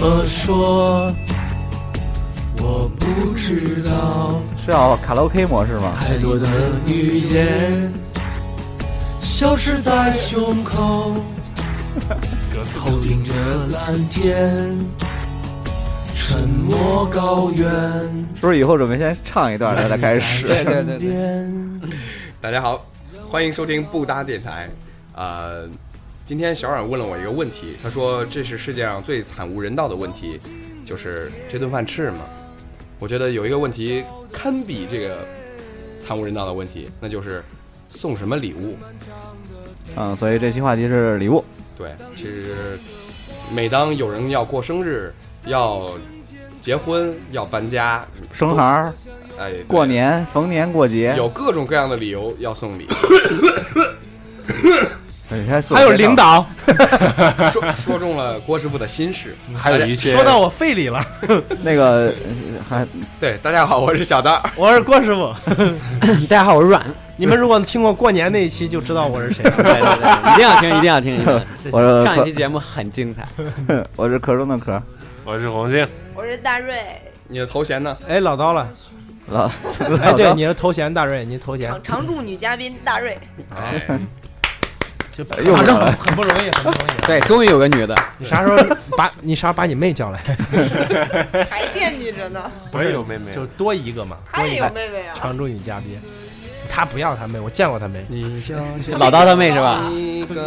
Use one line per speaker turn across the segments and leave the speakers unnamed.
么说？我不知道，
是要卡拉 OK 模式吗？
太多的语言消失在胸口，头顶着蓝天，沉默高原。
是不是以后准备先唱一段，大家开始？
对对对对，
边
大家好，欢迎收听不搭电台。呃，今天小冉问了我一个问题，他说这是世界上最惨无人道的问题，就是这顿饭吃吗？我觉得有一个问题堪比这个惨无人道的问题，那就是送什么礼物。
嗯，所以这期话题是礼物。
对，其实每当有人要过生日、要结婚、要搬家、
生孩儿、
哎，对
过年、逢年过节，
有各种各样的理由要送礼。
哎你看自我
还有
介绍
领导，
说 说中了郭师傅的心事。
还有一些
说到我肺里了。
那个 呃还
对，大家好，我是小刀。
我是郭 师傅，
大家好，我是阮，
你们如果听过过年那一期，就知道我是谁了。
对对对，一定要听，一定要听，一定 要听。
我是
上一期节目很精彩，
我是壳中的壳，
我是红星，
我是大瑞，
你的头衔呢？
哎，老刀了，
老
哎，
老
对，
高
你的头衔大瑞，你头衔
常常驻女嘉宾大瑞，
哎，
就
又
马上
来
很
了
很不容易，很不容 易。
对，终于有个女的，
你啥时候把你啥时候把你妹叫来，
还惦记着呢。
我也有妹妹
就多一个嘛，
她
多
也
一
有
个
妹妹啊，
常驻女嘉宾。他不要他妹，我见过他妹。
你相信
老刀他妹是 吧？
一个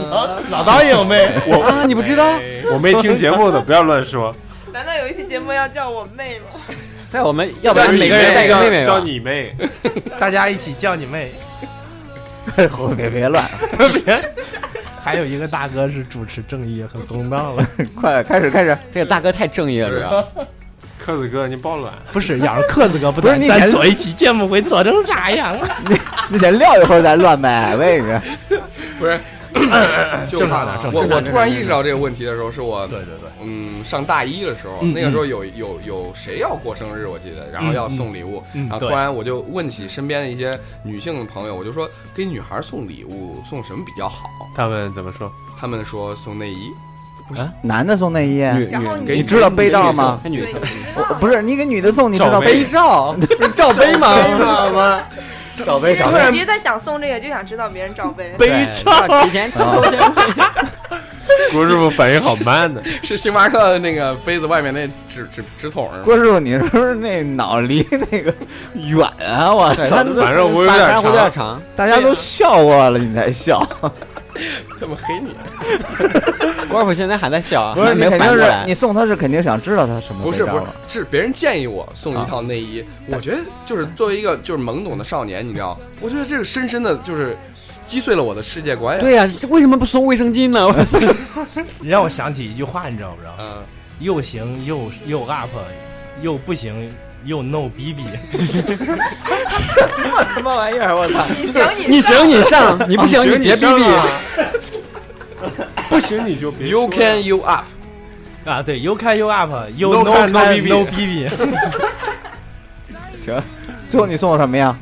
老刀也有妹，哎
啊，你不知道，
我没听节目的，不要乱说。
难道有一期节目要叫我妹吗？
在我们要不然
那你
每个人带一个妹妹
叫
吧。
你妹，
大家一起叫你妹。
别别乱，
还有一个大哥是主持正义和公道 了，
快开始开始，
这个大哥太正义了，主要
克子哥，你抱卵。
不是养着克子哥不
不是
咱
你
咱
前
左一起见不回，左成啥样啊了？
你先撂一会儿再乱呗，为什么？
不 是就
正常点正常
我
正
我
常
突然意识到这个问题的时候，是我
对对对，
嗯上大一的时候，
嗯
那个时候有有有谁要过生日，我记得，然后要送礼物，
嗯嗯
然后突然我就问起身边的一些女性的朋友，我就说给女孩送礼物送什么比较好？
他们怎么说？
他们说送内衣，
男的送内衣，
哎
女
然后
女
给
你知道背罩吗？
那
对，
女
你
的
知
我
道
不
是
是你给女的送，你知道
罩杯
背罩，不是罩杯吗？ 罩杯罩
我
杯，
其实他想送这个，就想知道别人罩杯。
背罩，提前 偷先
郭师傅反应好慢 呢。
是星巴克那个杯子外面那纸纸纸筒儿吗。
郭师傅，你是不是那脑离那个远啊？我
对
操，
反正我有点
反正我有
长
点长，
大家
啊
都笑我了，你才笑。
他们黑你，
郭富现在还在笑啊，
不是，
没
你
有
肯
反
定
过
是
来
你。送他是肯定想知道他什么
嗯不
味
是
道
不是
了。
是别人建议我送一套内衣，我觉得就是作为一个就是懵懂的少年，你知 道，我觉得这个深深的就是击碎了我的世界观呀。
对呀，为什么不送卫生巾呢？我操
你让我 想起一句话，你知道不知道？
嗯，
又行又又 up，又不行又 no 逼逼，
什么玩意儿？我操！
你行你
你
上
行你上，你不行
啊
你别逼逼。
不行你 就别
You
说了。
can you up，
啊，对，you can you up，又
No
no
can,
can
no BB
no 逼逼，
最后你送我什么呀？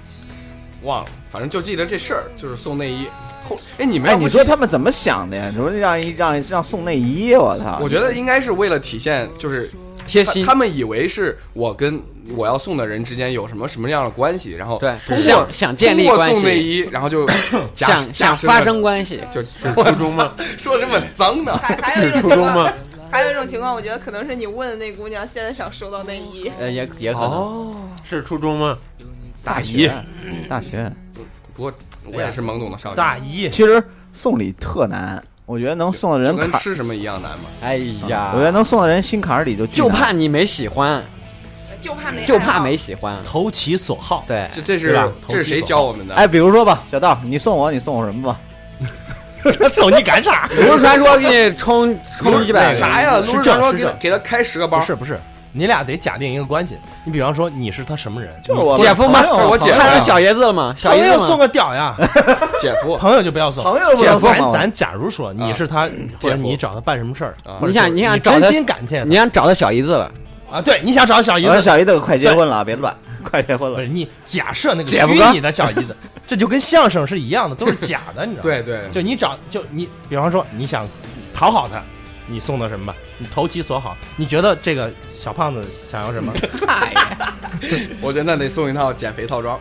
忘了，反正就记得这事儿，就是送内衣。后哎，你们
哎，
要不
你说他们怎么想的呀？怎么让一让让送内衣？我操！
我觉得应该是为了体现，就是
贴
他
心
他们以为是我跟我要送的人之间有什么什么样的关系，然后
对
通过
想想建立
通过
关系
送内衣，然后就假
想
假
想
身份
发生关系，
就是
是初中吗？
说的这么脏呢。
还还有一
是
种
初
情
中吗
况，？还有一种情况，我觉得可能是你问的那姑娘现在想收到内衣，
呃，也也可能。
哦，
是初中吗？
大学，大学
不过我也是懵懂的少年，
大一
其实送礼特难，我觉得能送的
就
人
跟
坎儿，
吃什么一样难嘛。
哎呀
我觉，得能送的人心坎儿里就
就
就
怕你没喜欢，
就怕没
就怕没喜欢。
投其 所好，
对，
这这
对
是
吧
这是谁教我们的？啊
哎，比如说吧，小道，你送我，你送我什么吧？
送你干啥？
炉石传说给你充充一百个，
啥呀？
是
撸
这
串说
样是
给
这
他
样
给他开十个包
不，是不是，你俩得假定一个关系，你比方说你是他什么人，
就是我
姐夫吗？
朋友啊
是我姐夫
看上小爷子了吗？小
朋
爷子
友
吗
送个 屌呀，
姐 夫
朋友就不要送。
朋友不
姐
能
夫，
送啊吗
咱咱假如说你是他，或者你找他办什么事儿，
啊
或者
你想
就
你想找
真
他
心感谢
你
他
想找到小姨子了，
啊？对，你想找小姨
我说
子，
小姨子快结婚了，别乱，快结婚
不
了。
是你假设那个
姐夫
虚
哥
拟的 小姨子，这就跟相声是一样的，都是假的，你知道吗？
对对，
就你找就你，比方说你想讨好他，你送他什么吧？你投其所好，你觉得这个小胖子想要什么？
我觉得那得送一套减肥套装，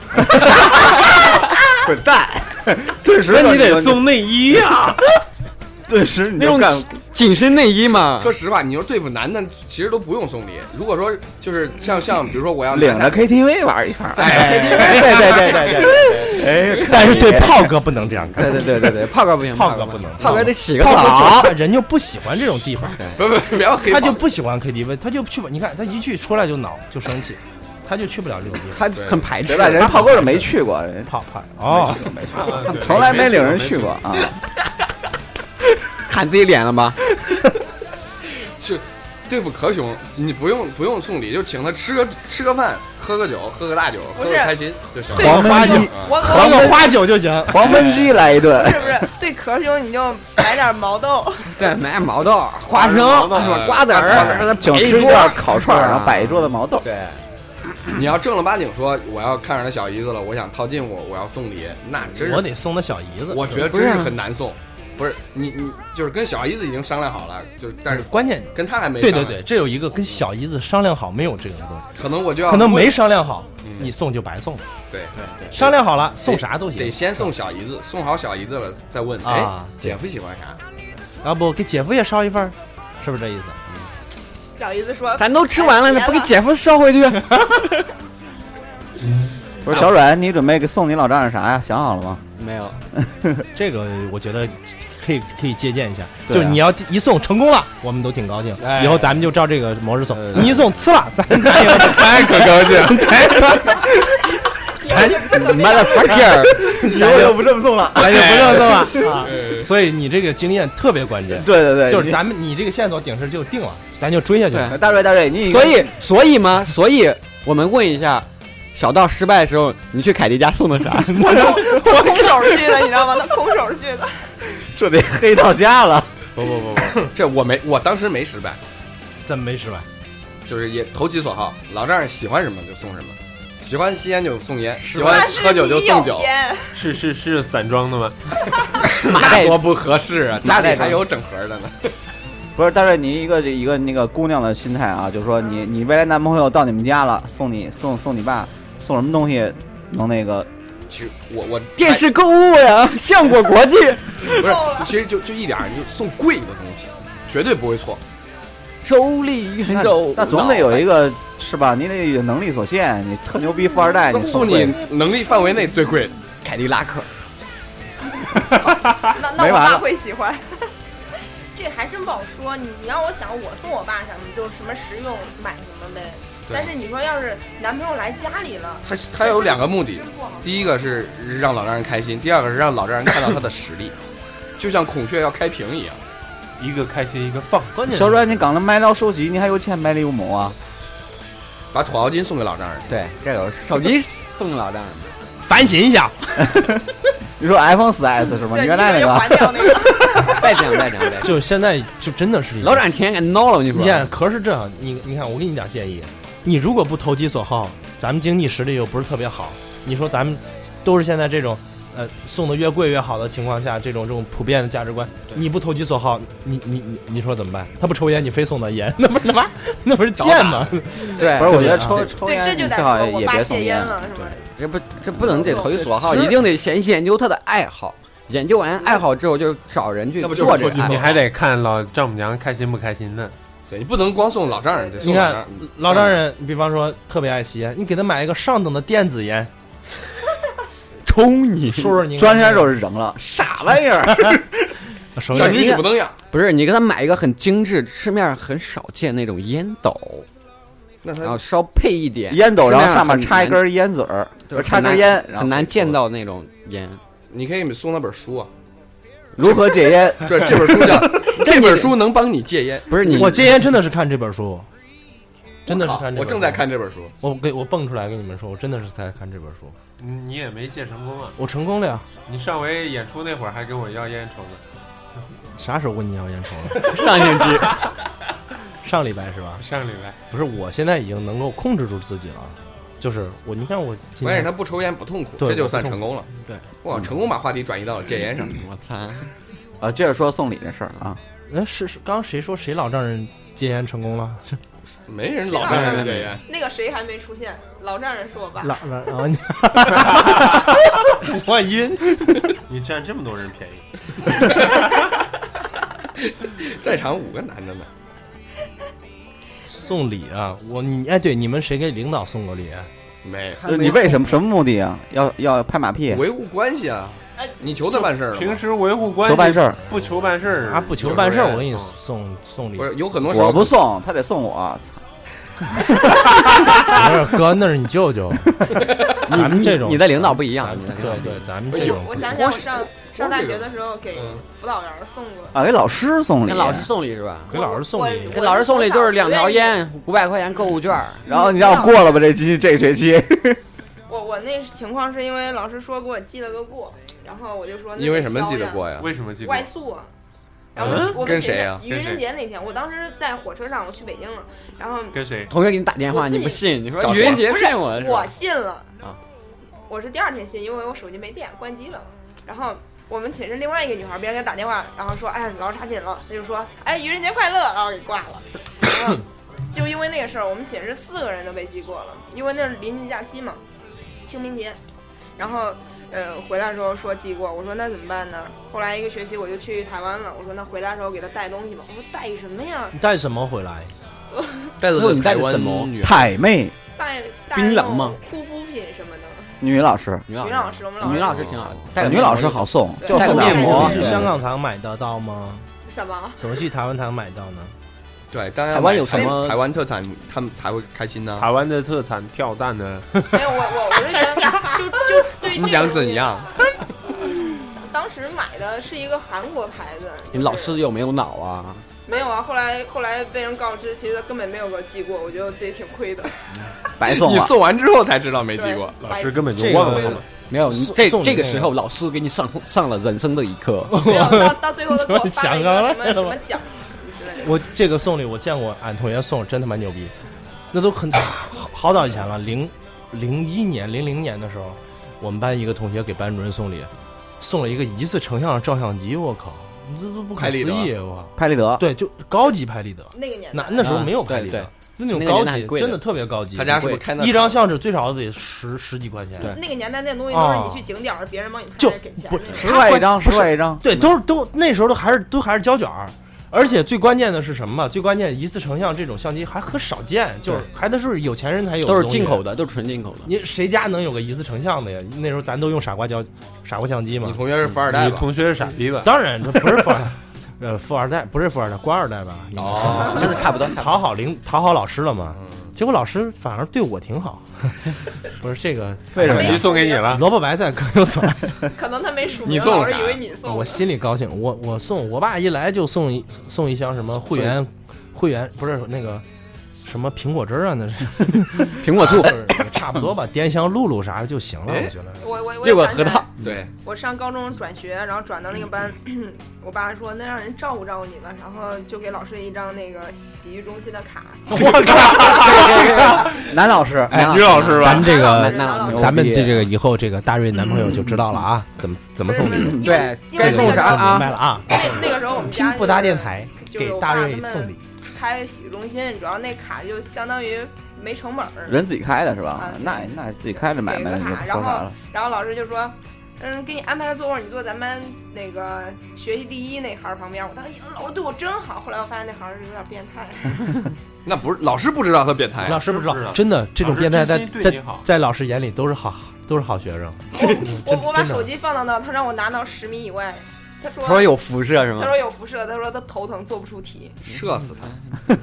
滚蛋！顿时
那你得
送，
送内衣啊呀，
顿时你
那
就
种
干
紧身内衣嘛，
说实话，你说对付男的，其实都不用送礼。如果说就是像像比如说我要拿
领
下
着 KTV 玩一圈儿。
哎
对对对对 对，哎，
但是对
可以
炮哥不能这样
对
干，
对对对对，炮哥不行，
炮
炮
哥不能
炮哥得洗个
炮哥
啊
澡
就，是人就不喜欢这种地方，
不不，不要黑
他
炮
就不喜欢 KTV，他就去吧。你看他一去出来就恼就生气，他就去不了这种地方。
他很排斥
对。吧？人炮哥是没去过，人
炮炮哦，
从来没领人去过啊。
砍自己脸了吗？
是对付可熊，你不用不用送礼，就请他吃个吃个饭，喝个酒，喝个大酒，喝
不
个
是
开心就行了。
黄
焖鸡
鸡，
啊
我我
喝个花酒就行。
黄焖鸡来一顿
不，是不是对壳兄你就买点毛豆，
对，买毛豆、花生、
哎
毛豆
是吧瓜
瓜
子
子
儿，
儿
让他
请
摆一
吃一
桌
顿烤串儿，然后摆一桌
子。
子毛豆。
对，你要正儿八经说我要看上他小姨子了，我想套近乎，我要送礼，那真
我
是
得送他小姨子。
我觉得真是很难送。不是你你就是跟小姨子已经商量好了，就是但是
关键，
跟他还没
对
商
对
量，
对，这有一个跟小姨子商量好没有这种东西，
可能我就要
可能
问
没商量好，
嗯
你送就白送了。
对
商量好了，送啥都
得
行。嗯
先送小姨子，送好小姨子了再问，哎
啊，
姐夫喜欢啥？
要啊不给姐夫也烧一份儿，是不是这意思？
小姨子说
咱都吃完了，你不给姐夫捎回去？
不是小阮，你准备给送你老丈人啥呀？想好了吗？
没有，
这个我觉得可以可以借鉴一下，
对啊
就是你要一送成功了，我们都挺高兴。
哎
以后咱们就照这个模式送
呃
对，对对
你一送呲了，咱咱也
太可高兴了， 咱 motherfucker，
以后就不这么送了。
哎咱就 不
哎
用送了啊。所以你这个经验特别关键，
对对对，
就是咱们哎你这个线索顶是就定了，咱就追下去了。
大瑞大瑞，你已经
所以所以嘛，所以我们问一下，小道失败的时候，你去凯迪家送 的啥？
他空手去的，你知道吗？他空手去的，
这得 黑到家了。
不不不不，这我没，我当时没失败，
怎么没失败？
就是也投其所好，老丈人喜欢什么就送什么，喜欢吸烟就送烟，喜欢喝酒就送酒
那是你有，烟
是是是散装的吗？
马代
多不合适啊！家
马
里
代
还有整盒的呢。
不是，但是你一个这一个那个姑娘的心态啊，就是说你你未来男朋友到你们家了，送你送送你爸送什么东西能那个
其实我我
电视购物呀，相果啊国际，
哎不是
够，了
其实就就一点儿，你就送贵的东西，绝对不会错。
周丽元
那
首，
那总得有一个是吧？你得有能力所限，你特牛逼富二代，
送
哎你
送
贵
你能力范围内最贵的，
凯迪拉克，
那那
没
我
完
爸
了
会喜欢。 这还真不好说，你你让我想，我送我爸什么就什么实用买什么呗。
对
但是你说要是男朋友来家里了，
他他有两个目的
真，不好
第一个是让老丈人开心，第二个是让老丈人看到他的实力，就像孔雀要开屏一样。
一个开心，一个放心。
关键
小阮，你搞了买了收集，你还有钱买礼物啊？
把土豪金送给老丈人，
对，这有手机送老丈人，
反省一下，
你说 iPhone 4 S 是吗？
对
你原来那
你就还
个
掉 那个，
别这样，别这样，别这样。
就现在就真的是一个
老展天给孬了，我跟你
你
说，
看，可是这样，你你看，我给你点建议，你如果不投其所好，咱们经济实力又不是特别好，你说咱们都是现在这种，呃，送的越贵越好的情况下，这种这种普遍的价值观，你不投其所好，你你你你说怎么办？他不抽烟，你非送他烟， 那不是他妈那不是贱吗？
对，
不是，我觉得
对
抽
对
抽
对，这
烟你
就得
最
说
好
我
也
爸
别送
戒烟。了，是
对
吗？
这不这不能得投其所好，一定得先研究他的爱好，研究完爱好之后就找人去
要不就是
做这
投其
个
所好
爱好。
你还得看老丈母娘开心不开心呢。
对你不能光送老丈人，得送
你
老
看
丈
老丈人，比方说特别爱吸烟，你给他买一个上等的电 子烟，
冲你
叔叔你
专家就是扔了，
傻玩意儿，
手
人，小
里
女子不能养。
不是你给他买一个很精致、市面上很少见那种烟斗，
那
然
他
后稍配一点
呃烟斗，然后上面
市
插一
很难
根烟嘴儿，
对
插根
很难
烟，然后
很难见到那种烟。
你可以送他本书啊，
如何戒烟。
这这本书叫这本书能帮你戒烟。
不是你，
我戒烟真的是看这本书，真的是看这本书
我正在看这本书，
我给我蹦出来跟你们说，我真的是在看这本书，
你你也没戒成功啊！
我成功了呀！
你上回演出那会儿还跟我要烟抽呢，
啥时候问你要烟抽 了？
上星期
上礼拜是吧？
上礼拜
不是，我现在已经能够控制住自己了，就是我，你看我今
关键是
天
他不抽烟不痛苦，
对
这就算成功了。
对，
哇，成功把话题转移到了戒烟上。
我操，
啊，接着说送礼这事儿啊，
哎那是是刚刚谁说谁老丈人戒烟成功了？
没人老丈人戒烟，
那个谁还没出现，老丈人是我爸。
老了，然后你，我晕，
你占这么多人便宜，
在场五个男的呢。
送礼啊！我你哎，对，你们谁给领导送过礼？啊
没，
你为什么什么目的啊？要要拍马屁，
维护关系啊？你求他办事儿了
平
吗？
时维护关
求
系
办事儿。
不求办事儿
啊，不求办事儿，我给你
送
送送礼。
不是，有很多时候
我不送，他得送我。啊操
不是哥，那是你舅 舅。咱们这种，
你的领导不一样
啊
咱，
你
们
的领导
对对，咱们这种
哎我想想，我上
这个
上大学的时候给
嗯
辅导员送过，
啊，给老师送礼
给，老师送礼是吧？
给老师送礼
我，
给老师送礼就是两条烟，五百块钱购物券儿。
嗯然后你让我过了吧，这期这学期
我我那情况是因为老师说给我记了个过，然后我就说那
因为什么
得消
记得
呀
过呀？
为什么记住？
外宿啊。然后我
嗯
我
跟
们寝
谁
室
啊
愚
跟谁
人节那天，我当时在火车上，我去北京了，然后
跟谁？
同学给你打电话，
我自己
你不信，你说
找
愚
谁啊
人节骗我是吧
我信了
啊
我是第二天信，因为我手机没电，关机了。然后我们寝室另外一个女孩，别人给她打电话，然后说：“哎，老师查寝了。”她就说：“哎，愚人节快乐！”然后给挂了。然后就因为那个事儿，我们寝室四个人都被记过了，因为那是临近假期嘛，清明节。然后，呃，回来的时候说记过，我说那怎么办呢？后来一个学期我就去台湾了，我说那回来的时候给她带东西吧。我说带什么呀？
你带什么回来？
带走你带的什么？
太妹
带带
槟榔吗？
护肤品什么的。
女老师，
女
女老师，我们
女
老
老
师
师挺好，带
呃女老师好送，
对
就
带
送
个
点
面
膜
膜。
是
对
香港厂买得到吗？
什 么？
怎么去台湾厂买到呢？
对，当然
台湾
买
有什么
台湾特产，他们才会开心呢。
台湾的特产跳蛋呢？
没有，我我我就想就就对这
你
个
想怎样？
当时买的是一个韩国牌子，
你老
就是
师有没有脑啊？
没有啊？后来后来被人告知，其实他根本没有给我寄过，我觉得我自己挺亏的。
白
啊
送
你
了。
送完之后才知道没寄过，
对
老师根本就
这个
忘了。
没有，你
送
这
送你
这个
那个
时候老师给你上上了人生的一 课。
没有到到最后都给我发了一个什么
想
什
到
么
了
奖之类的。
我这个送礼我见过，俺同学送真他妈牛逼，那都很好好早以前了，零零一年、零零年的时候，我们班一个同学给班主任送礼，送了一个疑似成像的照相机，我靠，这都不可
拍
思
立得
议，
啊
我靠
拍立得，
对，就高级拍立得，
那个年代
那，那时候没有
啊对
拍立得
对，
那种
那个
高
年代
级
很贵的
真的特别高级，
他家是不是开那
一张相纸最少得十十几块钱，
对
那个年代那东西都是你去景点儿，别人帮你拍
就
给钱
不
那种。
十块一张，十
不是
块一张。
对，都是都那时候都还是都还是胶卷儿，而且最关键的是什么嘛？最关键一次成像这种相机还很少见，就是还得是有钱人才有，
都是进口。的，都是纯进口的。
你谁家能有个一次成像的呀？那时候咱都用傻瓜胶、傻瓜相机嘛
你。同学是富二代
你
吧？
同学是傻逼吧？
当然，这不是富二代，呃，富二代不是富二代，官二代吧？应该是
哦，
嗯
真的差不多， 差不多。
讨好领讨好老师了嘛？
嗯
结果老师反而对我挺 好。不是这个
为什么
手
呀
机？送给 你了，
萝卜白菜各有所爱，
可能他没数
你
名，
送
老师
啥
以为你送的。
我哦心里高兴。我我送我爸一来就送一送一箱什么会员会员不是那个什么苹果汁儿啊，那是
苹果醋
就是差不多吧，颠香露露啥的就行了，
哎
我觉得。
我我我也
六个
想起
核
来
桃，
对，
我上高中转学，然后转到那个班，
嗯
我爸说那让人照顾照顾你吧，然后就给老师一张那个洗浴中心的卡。
男老师，
哎
男
女老
师
咱们这
男老
个
师，
那
男老师
牛
咱们
逼
这个以后这个大瑞男朋友就知道了啊，怎么怎么送
不是
礼，
不是
对该
因为因为
送
那
啥
个
我明白了啊。
那那个时候我们
听
家
不搭电台
就是
给
我
大
爸
瑞
他们
送礼，
开洗浴中心，主要那卡就相当于没成本儿。
人自己开的是吧
啊？
那那自己开着买卖，
给
你
个卡
就说啥了？
然后老师就说，嗯，给你安排个座位，你坐咱们那个学习第一那孩儿旁边。我当时一老师对我真好，后来我发现那孩儿是有点变 态。
那不是老师不知道他变态
老
啊，
师不知
老师不知
道，
道
真的这种变态
老师
在
真心对你
在
好
在老师眼里都是好都是好学生，
哦我我把
真的
手机放到那，他让我拿到十米以外，他说
他说有辐射是
嗯
吗？
他说有辐射，他说他头疼做不出题。
射死他！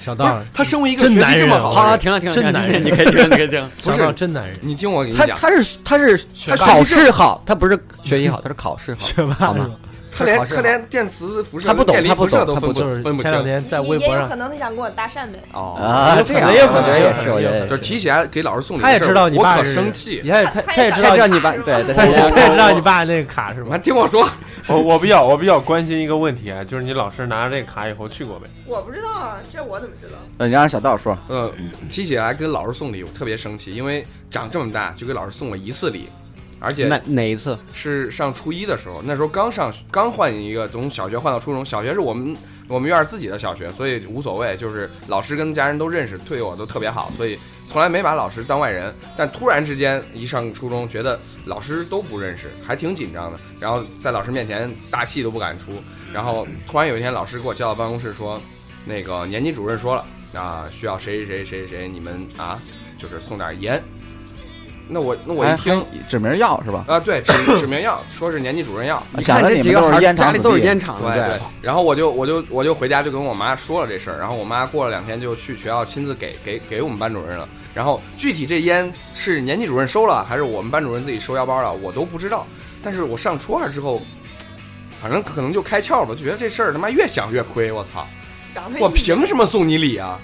小道
他身为一个
真
学
男
习这
人
么
啊
好
好的
好，
人，
停了停了，
真
停了
男 人
你可以听，你可以听。
小
不是
道真男人，
你听我给你
他
讲，
他是他是他考试好，他不是学习好，他是考试好，
学霸
好
是
吗
吧？
他连
考试
他连电磁辐射、
他不懂
电离
他不
辐射都
懂他
分
不
不
就是
分不
前两
清，
天在微
也
博
有
上
可，能他想跟我搭讪呗。
哦，
啊，
有
这
可
样啊哎
能也有
我
可
觉得
能
也
有
是，我觉得也
就是
是
提起来给老师送礼，
他也知道你
我
爸
可
是
生气。
他也
他
他他也
他
知
也
道
他知道
你
你爸对对
他也他也知道
我
你爸那个卡是
你妈
吗？
听我说，
我我比较我比较关心一个问题啊，就是你老师拿着这个卡以后去过没？
我不知道啊，这我怎么知道？
呃你让小道说，
呃，提起来跟老师送礼，我特别生气，因为长这么大就给老师送过一次礼，而且
哪哪一次？
是上初一的时候，那时候刚上刚换一个从小学换到初中，小学是我们我们院儿自己的小学，所以无所谓，就是老师跟家人都认识，对我都特别好，所以从来没把老师当外人。但突然之间一上初中，觉得老师都不认识，还挺紧张的。然后在老师面前大气都不敢出。然后突然有一天，老师给我叫到办公室说，那个年级主任说了，啊，需要谁谁谁谁谁，你们啊，就是送点盐。那我那我一听。
指名要是吧？
啊，对，指指名要，说是年级主任要，
你
想
看
着
这
你
几
们
个
都
孩
是
儿
烟
家
厂
里
子
都是
弟
烟厂的，
对对，然后我就我就我就回家就跟我妈说了这事儿，然后我妈过了两天就去学校亲自给给给我们班主任了。然后具体这烟是年级主任收了，还是我们班主任自己收腰包了，我都不知道。但是我上初二之后，反正可能就开窍了，就觉得这事儿他妈越想越亏，我操！
想
我凭什么送你礼啊？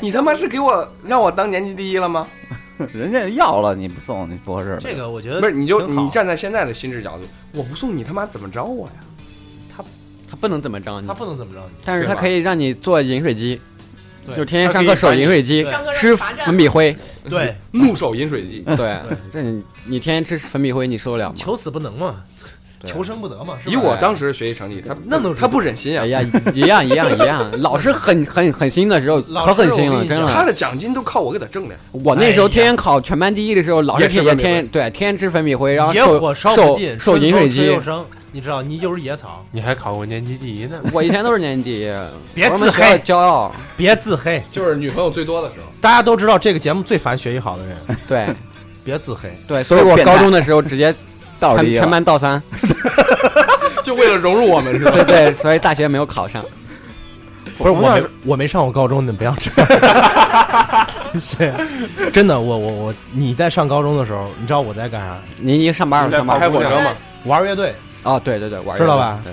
你他妈是给我让我当年级第一了吗？
人家要了你不送，你不合适。
这个我觉得
不是，你就
挺好
你站在现在的心智角度，我不送你他妈怎么着我呀？
他不能怎么着你
他，不能怎么着你，
但是
对
他
吧
可以让你做饮水机，
对
就天天
他
上
可以
课守
把你
饮水机
对，
上课
吃
让罚站
粉笔灰。
对，
怒手饮水机，
对，这你你天天吃粉笔灰，你受得了吗？
求死不能嘛，求生不得嘛，是吧
以我当时的学习成绩，他
那能
他不忍心呀
哎。呀，一样一样一样，老师很很很新的时候，
老
可
师
狠心
我
了，
跟你
真
讲
的
他。的奖金都靠我给他挣的，
我那时候
哎呀
天天考全班第一的时候，老师
也吃粉
天天
笔灰
天对天天吃粉笔灰，然后
野
手
火烧不
手
尽，
手饮水
春风吹
机
又。生，你知道，你就是野草，
你还考过年级第一呢？
我以前都是年级第一，
别
我们
自
学校
黑
骄傲。
别自黑。
就是女朋友最多的时候。
大家都知道这个节目最烦学习好的人，
对
别自黑。
对，所以我高中的时候直接
道
全
理
全班倒三，
就为了融入我们是吧？
对对，所以大学没有考上。
不是我没我没上过高中，你们不要这样。 是啊，真的，我我我，你在上高中的时候，你知道我在干啥？
您您上班了
你在
上班
开
了
火车嘛，
玩乐队，
哦，对对对，玩儿
知
游
道
戏
吧
对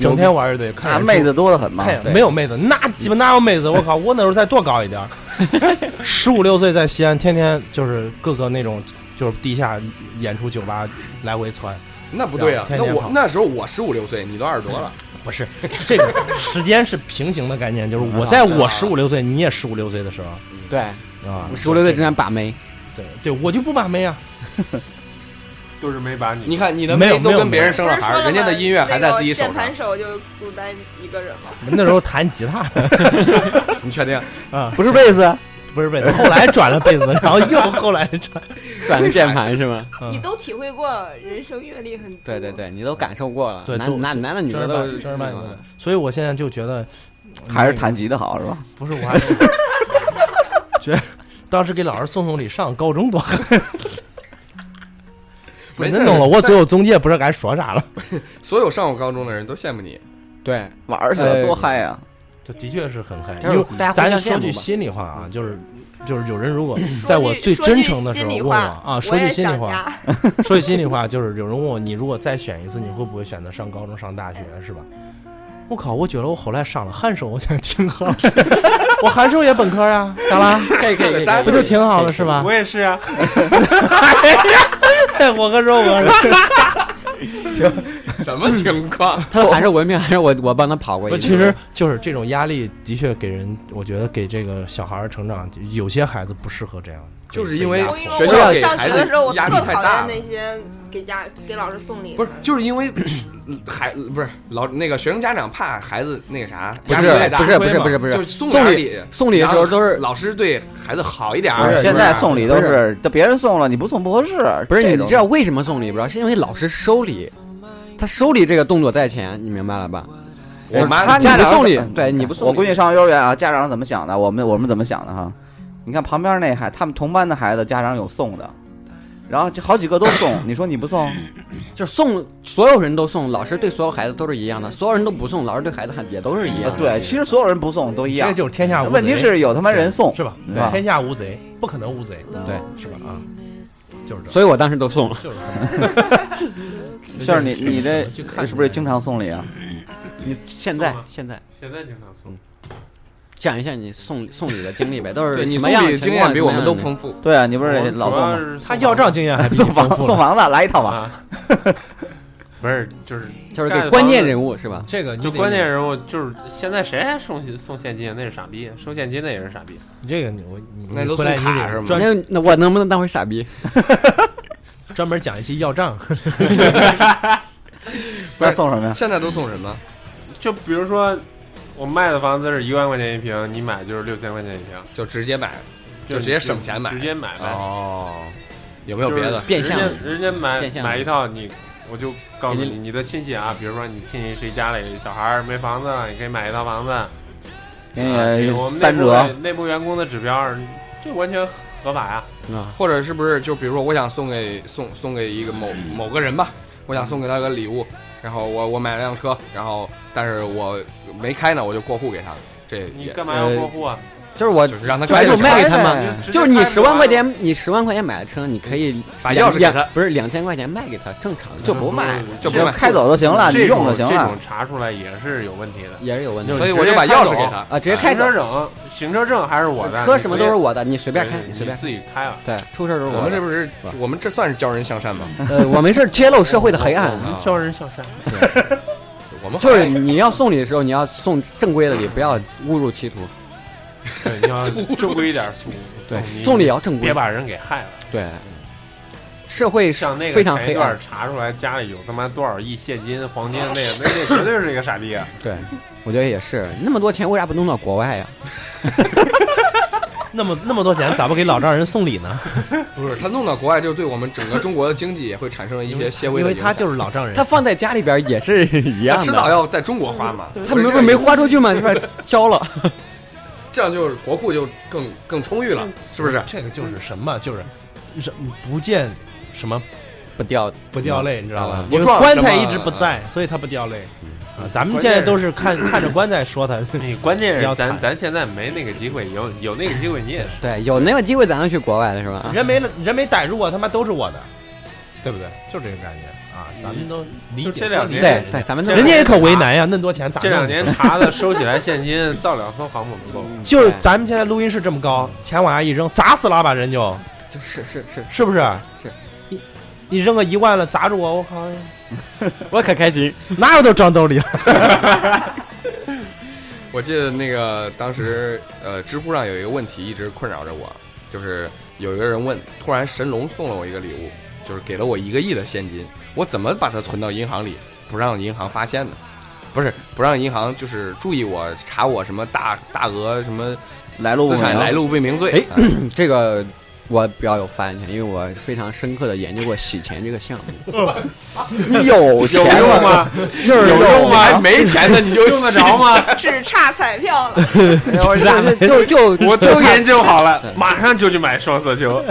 整天玩乐队，看
那
演出
妹子多得很嘛
看。演
对
没有妹子，那鸡巴哪有妹子？我靠，我那时候才多高一点儿， 十五六岁在西安，天天就是各个那种就是地下演出酒吧来回窜。
那不对啊！
天
那
天
我
跑
那时候我十五六岁，你都二十多了，
不是，这个时间是平行的概念， 就是我在我十五六岁，你也十五六岁的时候
对，
啊，
十五六岁之前把妹，
对对，我就不把妹啊，
就是嗯没把你
你看你的
没有
妹都
没有
跟别人
不
生
是
了
说
孩儿，
了
人家的
吗
音乐还
那
在
个
自己手
键
上
盘，手就孤单一个人吗？
那时候弹吉他
你确定？
啊，
不是贝斯，
不是贝斯，后来转了贝斯，然后又后来转，
转了键盘是吗？
嗯
你都体会过，人生阅历很足
对对，对，你都感受过了，
对都
男男男的女的都
正儿八经的。所以我现在就觉得
嗯
嗯
还是弹吉的好是吧？
不是我还 是觉得当时给老师送送礼，上高中多好。不
没
是，那
事
弄了，我最后中介不知道该说啥了。
所有上过高中的人都羡慕你，
对，
玩儿去
哎
了多嗨啊呀！
这的确是很嗨，因
但是
为
大家互
咱
相
说
羡
句
慕吧。
心里话啊，就是就是有人如果
说
在我
句
最
说
真
句
诚的时
心
候
里
问我
话
啊，
我
说句
也
心里
想
话，
家
说句心里话，就是有人问我，你如果再选一次，你会不会选择上高中、上大学，是吧？我靠，我觉得我后来上了函授，我觉得挺好，我函授也本科 啊，咋啦？
可以可以 可以，
大家
可
不
以
就挺好了是吧？
我也是啊，
我和肉我和肉
什么情况？
他的函授文凭还是我我帮他跑过一
不，
次。
其实就是这种压力的确给人，我觉得给这个小孩儿成长，有些孩子不适合这样，
就是因为
我跟你
哎学
说，
校
我
给
上
孩
学的时候，我
子压力
特
太
讨
大
厌
了，
那些给家给老师送礼的，
不 是就是因为 孩不是老那个学生家长怕孩子那个啥，
不
压
是
力太大，
不是不是不是不，
就是送
送
点
礼
礼，
送礼的时候都
然
是
后老师对孩子好一点
不
儿
是，现在送礼都
不
是，都别人送了你不送不合适。
不是
这
你
种
知道为什么送礼不知道？是因为老师收礼，他收礼这个动作在前，你明白了吧？
我妈
他
家
啊你
长
不送礼
怎么，
对你不送礼，
我闺女上幼儿园啊，家长怎么想的？我们我们怎么想的哈？你看旁边那孩，他们同班的孩子，家长有送的，然后就好几个都送， 你说你不送？
就是送所有人都送，老师对所有孩子都是一样的，所有人都不送，老师对孩子还也都是一样
呃
的。
对，其实所有人不送都一
这
样。
就是天下无贼。
问题是有他妈人送
是吧？
对吧
天下无贼，不可能无贼，
对，
是吧？啊，就是这，
所以我当时都送了。
就是
馅儿，你你这
就看
是不是经常送礼啊？
你现在现在
现在经常送。
讲一下你送送礼的经历呗，都是
对你
什
送
么样
礼
的
的经
情况
验比我们都
什么
丰
样
富，
对啊，你不是
我
老
主
送
要
吗？
是送
他要账经验还比 你
送房
丰富
送
了
房子来一套吧。
啊， 不是就是
的就是给关键人物是吧？
这个你
就
得
关键，人物就是现在谁还送送现金啊？那是傻逼，收现金那也是傻逼。
你这个你我你
那
你
都
回来
送
你
卡
得
是吗
专
那那我能不能当回傻逼？
专门讲一期要账，
不知道送什么呀？
啊现在都送什么？
就比如说我卖的房子是一万块钱一平，你买就是六千块钱一平，
就直接买，就直接省钱买，
直接买卖。
哦，有没有别的？
变相
人家人家买
变相
买一套你，我就告诉
给
你，
你
你的亲戚啊，比如说你亲戚谁家里小孩儿没房子了，你可以买一套房子，
给
啊这
呃
你
个我们内
三
部
折
的，内部员工的指标，这完全合法呀。
啊，
或者是不是就比如说我想送给送送给一个某某个人吧，我想送给他个礼物，然后我我买了辆车，然后但是我没开呢，我就过户给他，这
你
也
干嘛要过户啊？
就是我
就是让他
转
开
手
就
卖
行
给他
哎
们。
就直接
呃就是你
拍
十万
完
块
了，
钱，你十万块钱买的车，你可以
把
两
钥匙给他
两不是两千块钱卖给他，正常的
就不卖，
就不
你
买
开走就行了，你
嗯这
用
种
就行
这
了
种。查出来也是有问题的。
也是有问题
就
的
是
所以我就把钥匙给他。
啊，直接开
行
走，
车证，行车证还是我的，
车
你
什么
自
都
己
是我的，你随便
对
开，你
你
随便开。
自己开啊。
对，出事儿都是
我们这
的。
不是我们这算是教人向善吗？
呃，我没事揭露社会的黑暗。
啊
教人向善，
我们
就是你要送礼的时候，你要送正规的礼，不要误入歧途。
对，你要正规一点送。
对，
你
送礼要正规
别。把人给害了。
对，社会是
像那
非
个
常
前一
黑
段
暗。
查出来家里有他妈多少亿现金、黄金，那个那那绝对是一个傻 逼啊！
对，我觉得也是。那么多钱为啥不弄到国外呀？啊
那么那么多钱咋不给老丈人送礼呢？
不是他弄到国外，就对我们整个中国的经济也会产生一些些微
因
的
为
影响。
他就是老丈人
他。放在家里边也 是一
他
样
迟早
的。
要在中国花嘛，
他
不是
没
这个
没花出去嘛，是吧？ 交了。
这样就是国库就更更充裕了，是不是？
这个就是什么？就是什不见什么
不掉
不掉泪，你知道吧
啊？
因为
不撞
棺材
什么
一直不在，所以他不掉泪。啊，咱们现在都是看看着棺材说他。
你关键
比较
是
惨
咱咱现在没那个机会，有有那个机会你也是。
对，有那个机会咱就去国外了，是吧？
人没了，人没逮住我，他妈都是我的，对不对？就这个感觉啊，咱们都理
就
解。
这两
理
年，
解
对对，咱们都
这
人家也可为难呀，那么多钱咋
这两
弄
年查的收起来现金，造两艘航母 不够。
就是咱们现在录音室这么高，钱往下一扔，砸死了把人就，
就是是是，
是不是？
是，
你你扔个一万了砸住我，我靠，
我可开心。
哪有都装兜里了？
我记得那个当时呃，知乎上有一个问题一直困扰着我，就是有一个人问，突然神龙送了我一个礼物，就是给了我一个亿的现金，我怎么把它存到银行里，不让银行发现呢？不是不让银行就是注意我查我什么大大额什么
来路不
资产
明
来路不明罪，
哎
啊
这个我比较有发言权，因为我非常深刻的研究过洗钱这个项目。你有钱
用
了，
吗？
就是
有用
你还没钱呢你就
用得着吗？
只差彩票了。
就就就就
我都研究好了，马上就去买双色球。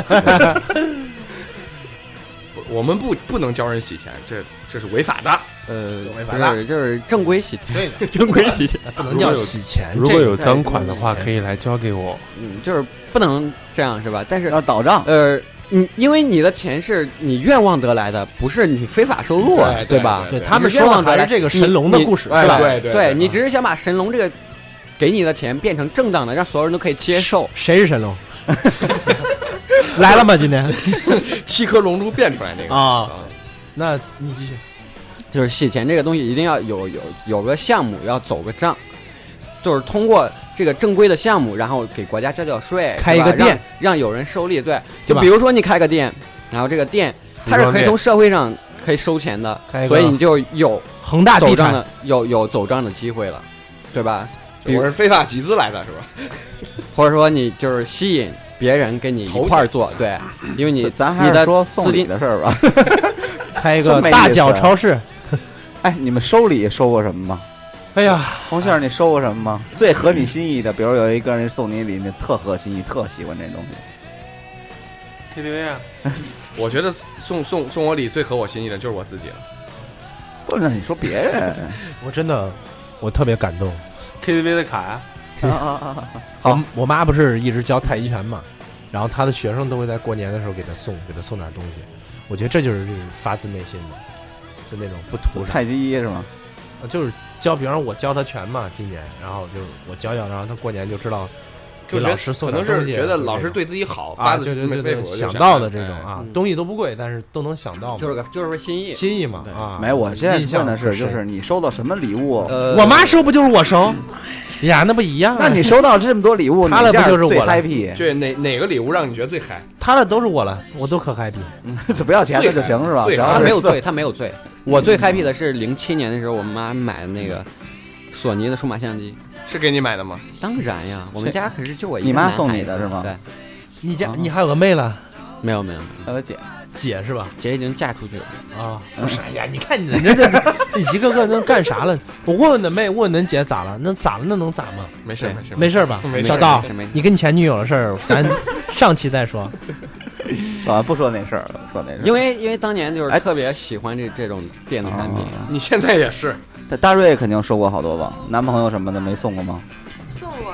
不我们不不能教人洗钱，这这是违法的。
呃，
就没法
不是就是正规洗钱，
对的，
正规洗钱，
不能叫洗钱，
如
果有赃款的话可
以来交给我。
嗯，就是不能这样是吧？但是
要倒账。
呃，你因为你的钱是你愿望得来的，不是你非法收入啊，
对对
吧？
对
对
他们
你是愿
说
望得
的还
来
是这个神龙的故事，
你你
是吧？
哎对对
对你只是想把神龙这个给你的钱变成正当的，让所有人都可以接受。
谁是 神龙？来了吗？今天
七颗龙珠变出来那个
啊，那你继续。
就是洗钱这个东西一定要有有有个项目要走个账，就是通过这个正规的项目，然后给国家交交税，
开
是吧
一个店
让，让有人受利。对，
对
就
吧
比如说你开个店，然后这个店它是可以从社会上可以收钱的
开一，个
所以你就有
恒大
走
地
账
产
的有有走账的机会了，对吧？比如
我是非法集资来的是吧？
或者说你就是吸引别人跟你一块儿做，对，因为你
咱咱
你
还是
的
说送
资
礼
金
的事儿吧。
开一
真
个
没
大
意思
脚超市。
哎，你们收礼收过什么吗？
哎呀，
红杏儿，你收过什么吗？最合你心意的，比如有一个人送你礼，你特合心意，特喜欢这东西。
KTV 啊，
我觉得送送送我礼最合我心意的就是我自己了。
不是，你说别人
我真的，我特别感动。
KTV 的卡呀、
啊啊啊啊！
好，我妈不是一直教太极拳嘛，然后她的学生都会在过年的时候给她送，给她送点东西。我觉得这就是就是发自内心的，就那种不图啥，
太极一是吗？
呃就是教，比方说我教她拳嘛，今年，然后就我教教，然后她过年就知道给
就觉得
老师送
可能
点东
是
西啊
觉得老
就
师
是
对自己好，
啊，
发自
对对
心
对
肺
对，
腑
想到的这
哎
种啊
嗯，
东西都不贵，但是都能想到嘛，
就是个就是个心意。
心意嘛
对
啊。
没，哎我现在
印象
问的是，
很深
就是你收到什么礼物？
呃，
我妈收不就是我收？呀，那不一样啊。
哎那你收到这么多礼物，
他了
你这样
不就是
最
我了
happy？
就哪哪个礼物让你觉得最嗨？
她的都是我了，我都可 happy。
就不要钱了就行是吧？
最
只
好
要
她
是
没有罪，她没有罪。我最 happy 的是零七年的时候，我妈买的那个索尼的数码相机，
是给你买的吗？
当然呀，我们
是
家可是就我一个
你妈
男孩
送你的
子
是吗
对，
你
啊
家你还有个妹了，
没有没有，
还有姐，
姐是吧？
姐已经嫁出去了。
啊，
嗯
不是，哎呀，你看你这这这一个个能干啥了？我问问恁妹，问问恁姐咋了？那咋了？那能咋吗？
没事
对
没事
没事吧
没？事
小道
没事没事，
你跟你前女友的事儿，咱上期再说。
啊，不说那事儿了，不说那事儿。
因为因为当年就是
哎
特别喜欢这这种电子产品，
啊
你现在也是，
大大瑞肯定收过好多吧？男朋友什么的没送过吗？
送我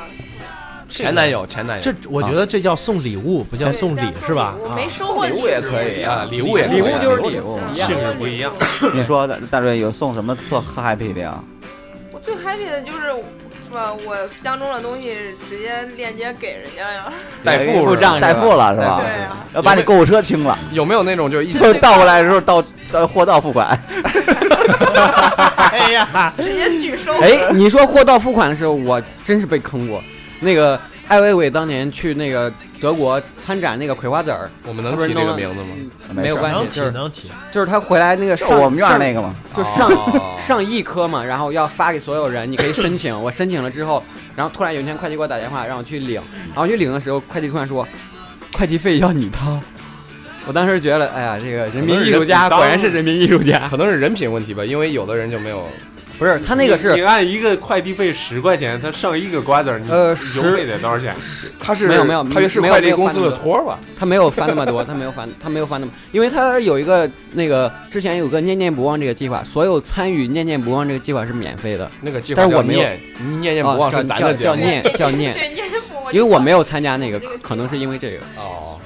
前男友前男友
这我觉得这叫送礼物，不叫
对
送
这
礼
样
是吧？
我
啊
没收过
啊，礼物也
礼物
可以啊
就是
礼
哦
物
性质不一样。
你说大大瑞有送什么特 happy 的呀？
我最 happy 的就是是吧？我相中的东西直接链接给人家呀。
代付
付
是吧
账
代付了是吧？
对啊
要把你购物车清了，
有没有那种就一 起
就倒过来的时候到到货到付款。
哎呀，
直接拒收。
哎，你说货到付款的时候，我真是被坑过。那个艾薇薇当年去那个德国参展那个葵花籽儿，
我们能提这个名字吗？
没有
事儿
关系
能提
就是
能提，
就是她回来那个
就
上
我们院儿
上
那个嘛，
就上、
哦
上一科嘛，然后要发给所有人，你可以 申请。我申请了之后，然后突然有一天会计给我打电话让我去领，然后去领的时候，会计突然说，快递费要你掏。我当时觉得，哎呀，这个人民艺术家果然是人民艺术家。
可能是人品问题吧，因为有的人就没有
不是，他那个
你
是
按一个快递费十块钱，他上一个瓜子儿，你
呃
邮
十
费得多少钱？
他是
没有没有
他也是
没有
快递
没有
公司
换那
的
个
托儿吧？
他没有翻那么多，他 没有翻，他没有翻那么，因为他有一个那个之前有个念念不忘这个计划，所有参与念念不忘这个计划是免费的，
那个计划
但是
叫
我没有
念念念不忘
哦
是
叫
咱的节
叫
目
念叫念，
对念不忘
因为我没有参加那个，可可能是因为这个。
哦。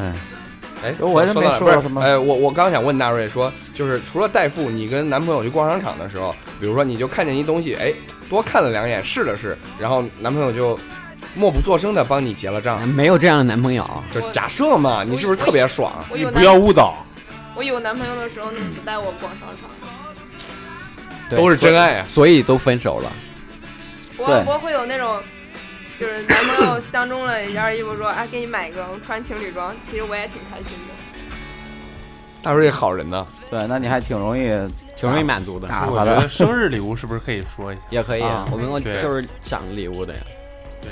哎，
哎，
我也
说
没
到哪儿
说
不是
过什么
哎，我我刚想问大瑞说，就是除了代付，你跟男朋友去逛商场的时候，比如说你就看见一东西，哎，多看了两眼，试了试，然后男朋友就默不作声的帮你结了账，
啊没有这样的男朋友，
就假设嘛，你是不是特别爽？啊
我
你
有
不
男
要误导，
我有男朋友的时候，你不带我逛商场，
对
都是真爱啊！
所以都分手了。
对
我我会有那种。就是男朋友相中了一件衣服，说：“哎，给你买一个，我穿情侣装。”其实我也挺开心的。
大瑞好人呢，
对，那你还挺容易
挺容易满啊足的，
打
我
发
觉
的
得。生日礼物是不是可以说一下？
也可以。
啊
我们我
对
就是讲礼物的呀，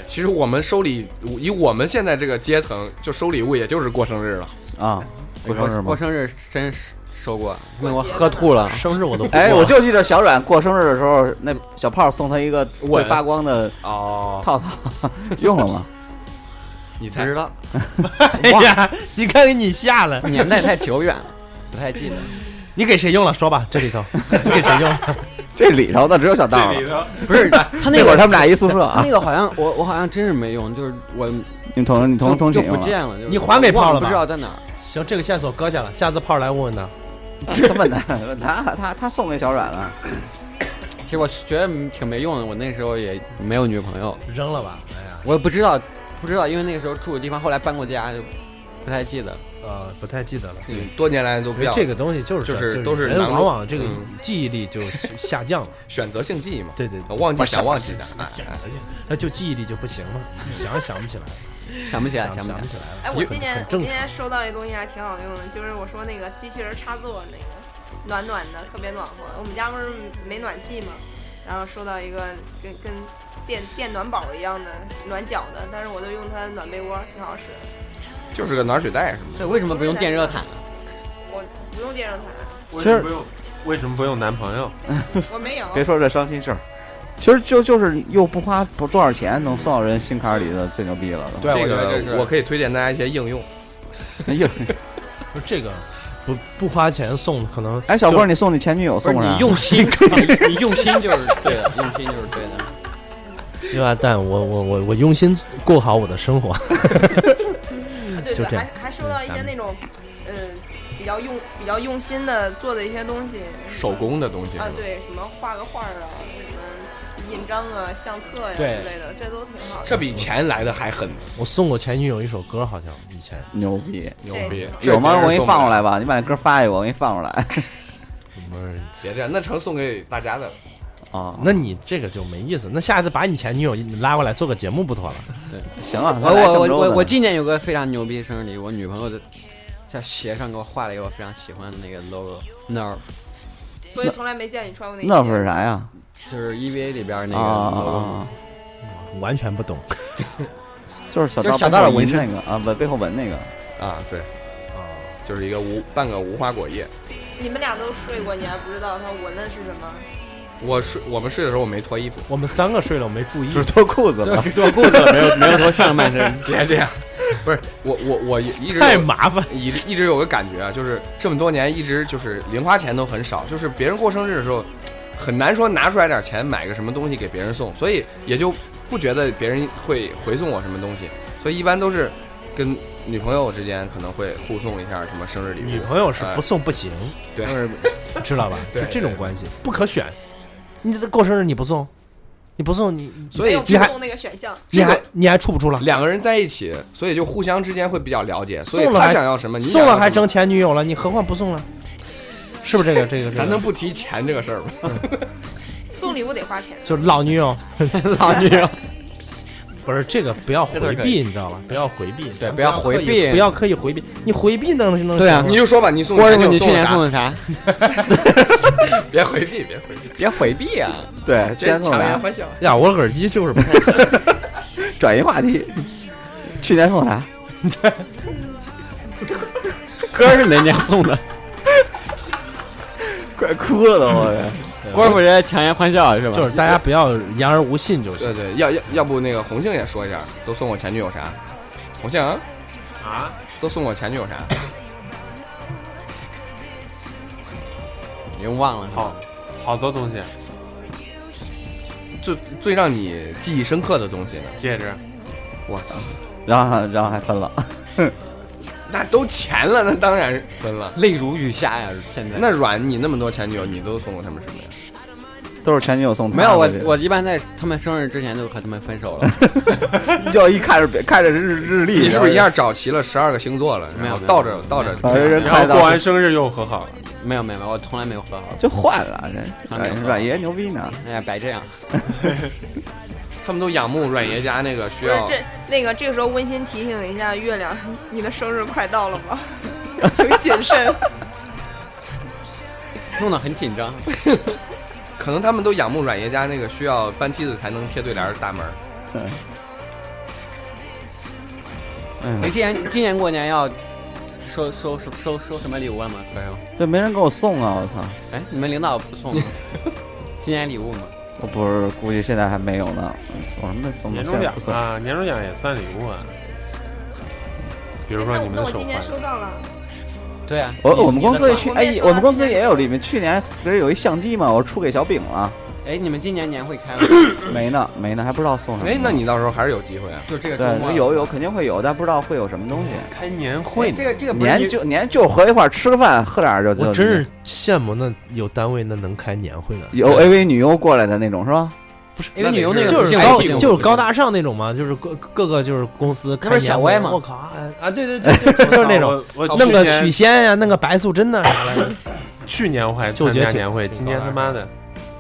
其实我们收礼，以我们现在这个阶层，就收礼物也就是过生日了。
啊，不生日
哎过
吗？
生日真是收过，
过
那我
节
喝
的
吐了。
生日我都不
哎，
过
我就记得小阮过生日的时候，那小胖送他一个会
吻
发光的
哦，
套套， 用了吗？
你
不
才
知道，
哎呀，你看给你吓了，
年代太久远了，不太记得。
你给谁用了？说吧，这 里头你给谁用了？
这里头的只有小道了。
头
不是他那
那会
会
儿
儿
他们俩一宿舍啊
那，个好像我我好像真是没用，就是我
你同你同
就
同寝
就不
用了
见了，就是
你还给
我忘
炮了吧
不知道在哪儿。
行，这个线索搁下了，下次炮来问问他。
他问他问他他他送给小阮了，
其实我觉得挺没用的，我那时候也没有女朋友，
扔了吧，哎呀，
我也不知道不知道，因为那个时候住的地方后来搬过家，就不太记得了。
呃，不太记得了。
嗯多年来都比
所以
较
这个东西就是
就是
这样
都是
人
难
往往这个
嗯
记忆力就下降了。
选择性记忆嘛，
对对对，
忘记
不是
想忘记的。哎
想啊
哎
那就记忆力就不行了，想想不起来了，
想不起来，
想
想不起来
想不。起来了。
哎，我今年
很
我今
正常。
年收到一东西还挺好用的，就是我说那个机器人插座那个，暖暖的，特别暖和。我们家不是没暖气嘛，然后收到一个跟跟电电暖宝一样的暖脚的，但是我都用它暖被窝，挺好使的。
就是个暖水袋什么
这为什么不用电热毯呢？
我不用电热毯，
为
其
什么
实
不用？ 为什么不用男朋友？
我没有。
别说这伤心事儿。其实就就是又不花不多少钱，能送到人心坎儿里的最牛逼了。
的。这
我觉得
个
这是
我可以推荐大家一些应用。
哎呦，
不是这个不不花钱送，可能
哎，小
就
郭，你送你前女友
不是
送啊啥？
你用 心，你你用心就是对的，用心就是对的。
希望但我我我我用心过好我的生活。
啊对
就
对，
这样
还还收到一些那种，呃，比较用比较用心的做的一些东西
手工的东西是吧
啊，对，什么画个画儿啊，什么印章啊、相册呀、
对
之类的，这都挺好的。
这比钱来的还狠，
我送过前女友一首歌，好像以前
牛逼，
牛逼！
这
有吗？我给
给
你放过，来吧，你把那歌发给我，我给你放过来。
不是。
别这样，那成送给大家的。
啊，
那你这个就没意思。那下次把你前女友拉过来做个节目不妥了？
行啊，
我
他来
我
郑州
我我
的
我今年有个非常牛逼的生日礼物，我女朋友的在鞋上给我画了一个我非常喜欢的那个 logo Nerf，
所以从来没见你穿过那
那
些
会儿是啥呀？
就是 EVA 里边那
啊啊啊
个
啊
logo，
啊！
完全不懂
就是小
就是小
大
大
背
佬
后
纹
纹
身
那个啊，纹背后纹那 个。
啊，对，就是一个无半个无花果叶。
你们俩都睡过，你还不知道它纹的是什么？
我睡我们睡的时候我没脱衣服，
我们三个睡了，我没注意
只。脱裤子 了
对，，是脱裤子了，没有没有脱上 半身。
别这样，不是我我我一直
太麻烦，
一一直有个感觉啊，就是这么多年一直就是零花钱都很少，就是别人过生日的时候，很难说拿出来点钱买个什么东西给别人送，所以也就不觉得别人会回送我什么东西，所以一般都是跟女朋友之间可能会互送一下什么生日礼物。
女朋友是不送不行，
对
就是
知道吧？就
哎对
这种
对
关系不可选。你这过生日你不送，你不送你
所以
没有
你还
送那个选项，
你
这个
还你还处不处了？
两个人在一起，所以就互相之间会比较了解，所以
送了
他
还
想要什么，你
送
想要
了还
什么
争，前女友了，你何况不送了？是不是这个这个？这
咱
个
能不提钱这个事儿吗？
嗯
送礼物得花钱。
就老女 友，
老女人，
不是这个不要回
这段可
避，
以
你知道吧？不要回避，
对
咱
不要回
刻意
避
不要刻意回避，你回避能能
对啊
行吗
你就说吧，你送
郭
的
师
钱就
傅，你去
送了
年
啥
送的啥？
别回避，别回避，
别回避啊！
对，之
这
前送
强颜
啥？
欢笑。
呀，我耳机就是不太
转移话题。 去年送啥？
歌是哪年送的？
快哭了都！我
郭师傅人强颜欢笑是吧？
就是大家不要言而无信就行
对。对，要要要不那个红杏也说一下，都送我前女友啥？红杏啊，
啊，
都送我前女友啥？
已经忘了。
好，好多东西，
最最让你记忆深刻的东西呢？
戒指，
我操，
然后然后还分了，
那都钱了，那当然是分了。
泪如雨下呀！现在
那阮，你那么多前女友，你都送过他们什么呀？
都是前女友送他
没有我
的这，个
我一般在他们生日之前就和他们分手了。
就一看着别看着日日历，
你是不是一下找齐了十二个星座了？
没
然
有
后
没有
倒着倒着
没有
把人
然后
快到
过完生日又和好了，
没有没有没有，我从来没有和好。
就换了？这
啊
哎阮爷牛逼呢！
哎呀，白这样。
他们都仰慕阮爷家那个需
不是
要。
这那个，这个时候温馨提醒一下月亮，你的生日快到了吗？请谨慎。
弄得很紧张。
可能他们都仰慕阮爷家那个需要搬梯子才能贴对联儿的大门儿。
你今年今年过年要收收收收收什么礼物了吗？没有。
这没人给我送啊！我操！
哎，你们领导不送吗？新年礼物吗？
我不是估计现在还没有呢，送什么送
年
什
终
么？
奖
嗯不送。
啊，年终奖也算礼物啊。比如说
那
你
我
们
那
的
我
手
今
环
年，收到了，
对啊，
我
你
我们公司去
我们也
哎，
说
我们公司
现在
也有礼面，去年不是有一相机嘛，我出给小饼了，
哎，你们今年年会开吗？
没呢没呢，还不知道送什么。
哎，那你到时候还是有机会啊。
就这个周末哎
对有有肯定会有，但不知道会有什么东西。
开年会呢
这个这个不是
年就年就合一块儿吃个饭，喝点儿就就。
我真是羡慕那有单位那能开年会的，
有 AV 女优过来的那种是吧？
因为旅游那个
就
不
就是
幸
高
不幸
就是高大上那种嘛，就是各各个就是公司开
那不是
年
小
会
歪吗
我靠啊
哎
啊！对对对，对就是那种
我我
弄个
去年
许仙呀，弄个白素贞呐啥的，
去年我还
就
参
觉得
加
挺
年会，
挺
今年
高
他
大
妈的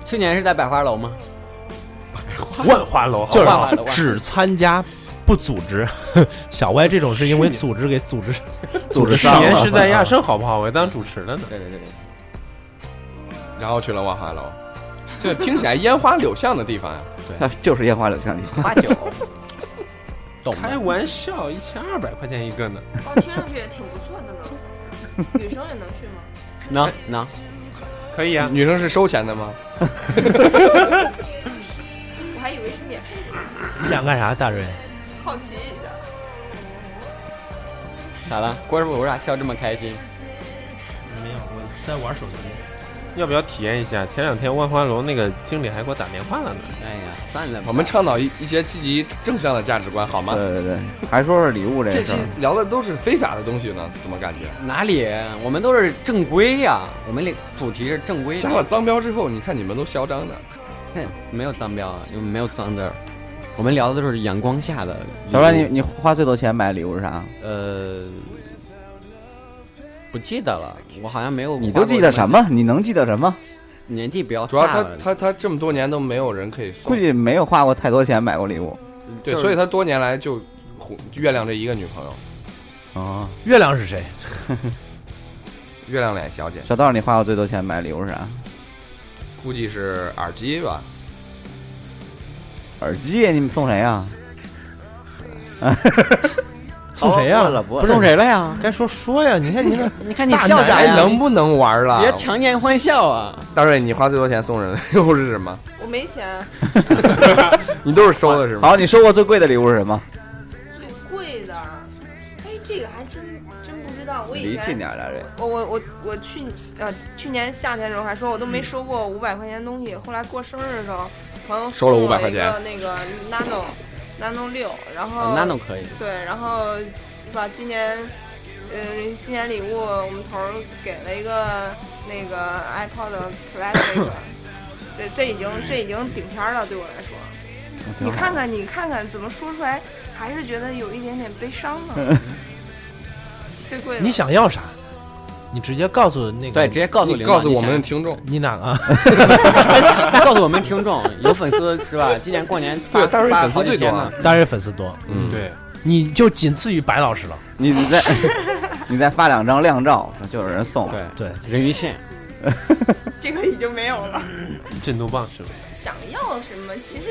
去年是在百花楼吗？
万花楼好
就
不好
万花楼
是只参加不组织。 小歪这种是因为组织给组织
组织
去
上
年
了
是
啊
在亚盛好不好？我还当主持了呢。
对对对对，
然后去了万花楼，这听起来烟花柳巷的地方呀、
啊 就是烟花柳巷里。
花酒，懂吗？
开玩笑，一千二百块钱一个呢。
哦，听上去也挺不错的呢。女生也能去吗？
能能，
可以啊，
女生是收钱的吗？
我还以为是免费，
你想干啥，大瑞？
好奇一下。
咋了？郭师傅为啥笑这么开心？
没有，我在玩手机。
要不要体验一下？前两天万花楼那个经理还给我打电话了呢。
哎呀，算了吧，
我们倡导一一些积极正向的价值观，好吗？
对对对，还说是礼物这
这
个事
期
儿。
聊的都是非法的东西呢，怎么感觉？
哪里？我们都是正规呀、我们里主题是正规的
加了脏标之后，你看你们都嚣张的，
嘿没有脏标啊，又没有脏字儿。我们聊的都是阳光下的。
小帅，你你花最多钱买礼物是啥？
呃，不记得了，我好像没有。
你都记得什？么？你能记得什么？
年纪比较
主要
大
他
了
他他这么多年都没有人可以送，
估计没有花过太多钱买过礼物。
对，
就是
所以他多年来就虎月亮这一个女朋友，
哦，
月亮是谁？
月亮脸小姐，
小道，你花过最多钱买礼物是啥？
估计是耳机吧，
耳机你们送谁啊？
送谁呀
哦饿了不饿了
送谁了呀？
该说说呀，你看你 那
你看你笑啥
哎
呀？
能不能玩了？
别强颜欢笑啊！
大瑞，你花最多钱送人的又是什么？
我没钱，
你都是收的是吗？
好，你收过最贵的礼物是什么？
最贵的，哎，这个还真真不知道。我以
离
前
近点儿，大瑞。
我我我我去呃去年夏天的时候还说我都
嗯
没收过五百块钱的东西，后来过生日的时候，朋友
收了
送我
500块钱啊
一个那个 nano nano 六，然后
哦那都可以。
对，然后是吧？今年呃新年礼物我们头儿给了一个那个 iPod Classic，这这已经这已经顶天儿了对我来说。
嗯
你看看你看看怎么说出来，还是觉得有一点点悲伤 呢。最贵的
你想要啥，你直接告诉那个，
对，直接告诉
你
领导
告诉
你
我们
想
的听众，
你哪个？啊
告诉我们听众，有粉丝 是吧？今年过年发
对大瑞
发
粉丝
好几
最多
天
啊
呢。
当然粉丝多，
嗯，
对，
你就仅次于白老师了。
你你 再你再发两张靓照，就有人送了。
对，
对，
人鱼线，
这个已经没有了。
震动棒是吧？
想要什么？其实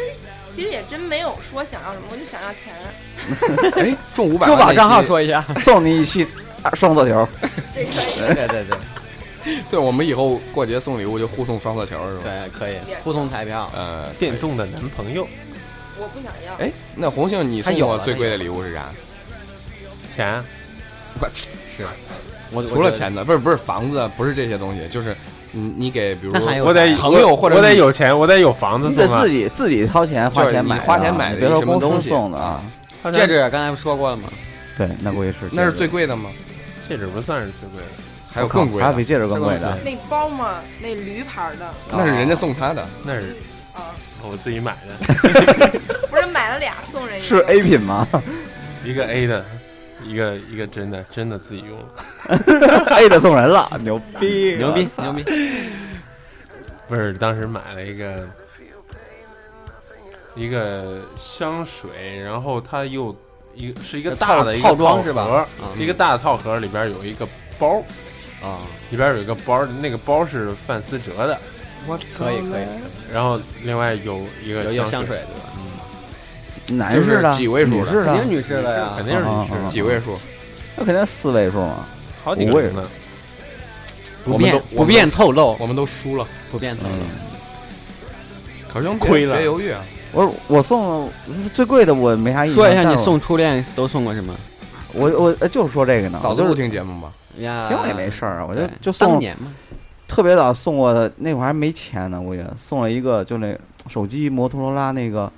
其实也真没有说想要什么，我就想要 钱。
哎，中 五百，
支付宝账号，说 一下。
送你一期啊双色球。
这可以，
对对对
对我们以后过节送礼物就互送双色球是吧？
对，可以互送彩票。
呃，
电动的男朋友
我不想要。
哎，那红杏你送
他有
过
了
最贵的礼物是啥？
钱，
不
我
除了，
我觉
钱的，不是不是房子，不是这些东西，就是你你给比如
那还有
我得
啥
朋友或者
我得
你
有钱，我得有房子
你
送
得
啊
自。己自己掏钱花
就是
钱
你
买的啊，
花钱买的
你别
一
说
什么
公
东
司
西
送的啊。
好
戒
像
指刚才不说过了吗？
对，那估计是
那是
戒
最
指
贵的吗？
戒指不算是最贵的，
还有更贵
还有比
的，
戒指更贵
这更
的
贵。
那包嘛，那驴牌的
那是人家送他的，哦
那是
啊，
我自己买的，
不是买了俩送人一个。
是 A 品吗
一个 A 的，一个一个真的真的自己用了，
？A 的送人了，牛逼，啊
牛逼
我操
牛逼！！
不是当时买了一个一个香水，然后它又一个是一个大的一个
套装是吧
吧
啊
一个大的套盒里边有一个包，
哦
啊，
里边有一个包，那个包是范思哲的，
我
可以可以，
然后另外有一
有
个
有香
水，
水对吧？
男
就
士
是
的
几位数
女
的
士
肯定
的，
女士的呀
肯。定是女士
啊啊啊
的
啊，
几位数，
那肯定四位数嘛。
好几个人呢。
不
我
便
们都
不便透露，
我们都输了，
不便透露。
嗯
可是
亏了
别犹豫啊，
我我送最贵的我没啥
嗯
意见。
说一下
但
你
是
送初恋都送过什么？
我我呃就是说这个呢，
嫂
我
子
就
不
是
听节目吗？
呀，
听也没事儿啊，我就
对
就
当
送
年嘛，
特别早送过的，那会儿还没钱呢，我也送了一个，就那手机摩托罗拉那个，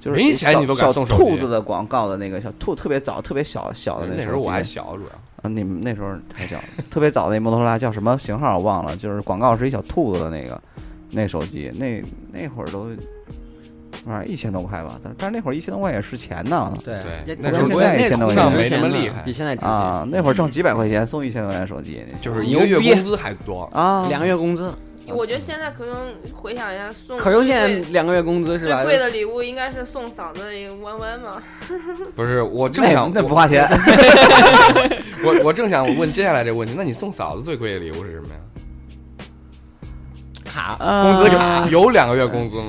就是
没钱
小
你都敢送
小
手机哎
兔子的广告的那个小兔，特别早，特别小小的那
那时
手
候
机
我还小，主要
啊，你们那时候还小，特别早的那摩托罗拉叫什么型号我忘了，就是广告是一小兔子的那个那手机，那那会儿都反正一千多块吧，但但是那会儿一千多块也是钱呢
对
也
那
不
时候
是
现在
那
现在
那
我
也没那
那
么
值钱
厉
呢
害
比现在值
啊，那会儿挣几百块钱送一千多块钱手机，
就是一
牛
个月
逼
工资还多，
啊
钱两个月工资。
我觉得现在可用回想一下送，
可是现在两个月工资是
嗯最
吧？
贵的礼物应该是送嫂子一个弯弯嘛。
不是我正
那
想
那不花钱。
我我正想问接下来这个问题，那你送嫂子最贵的礼物是什么呀？
卡
啊
啊
工资卡
有两个月工资吗？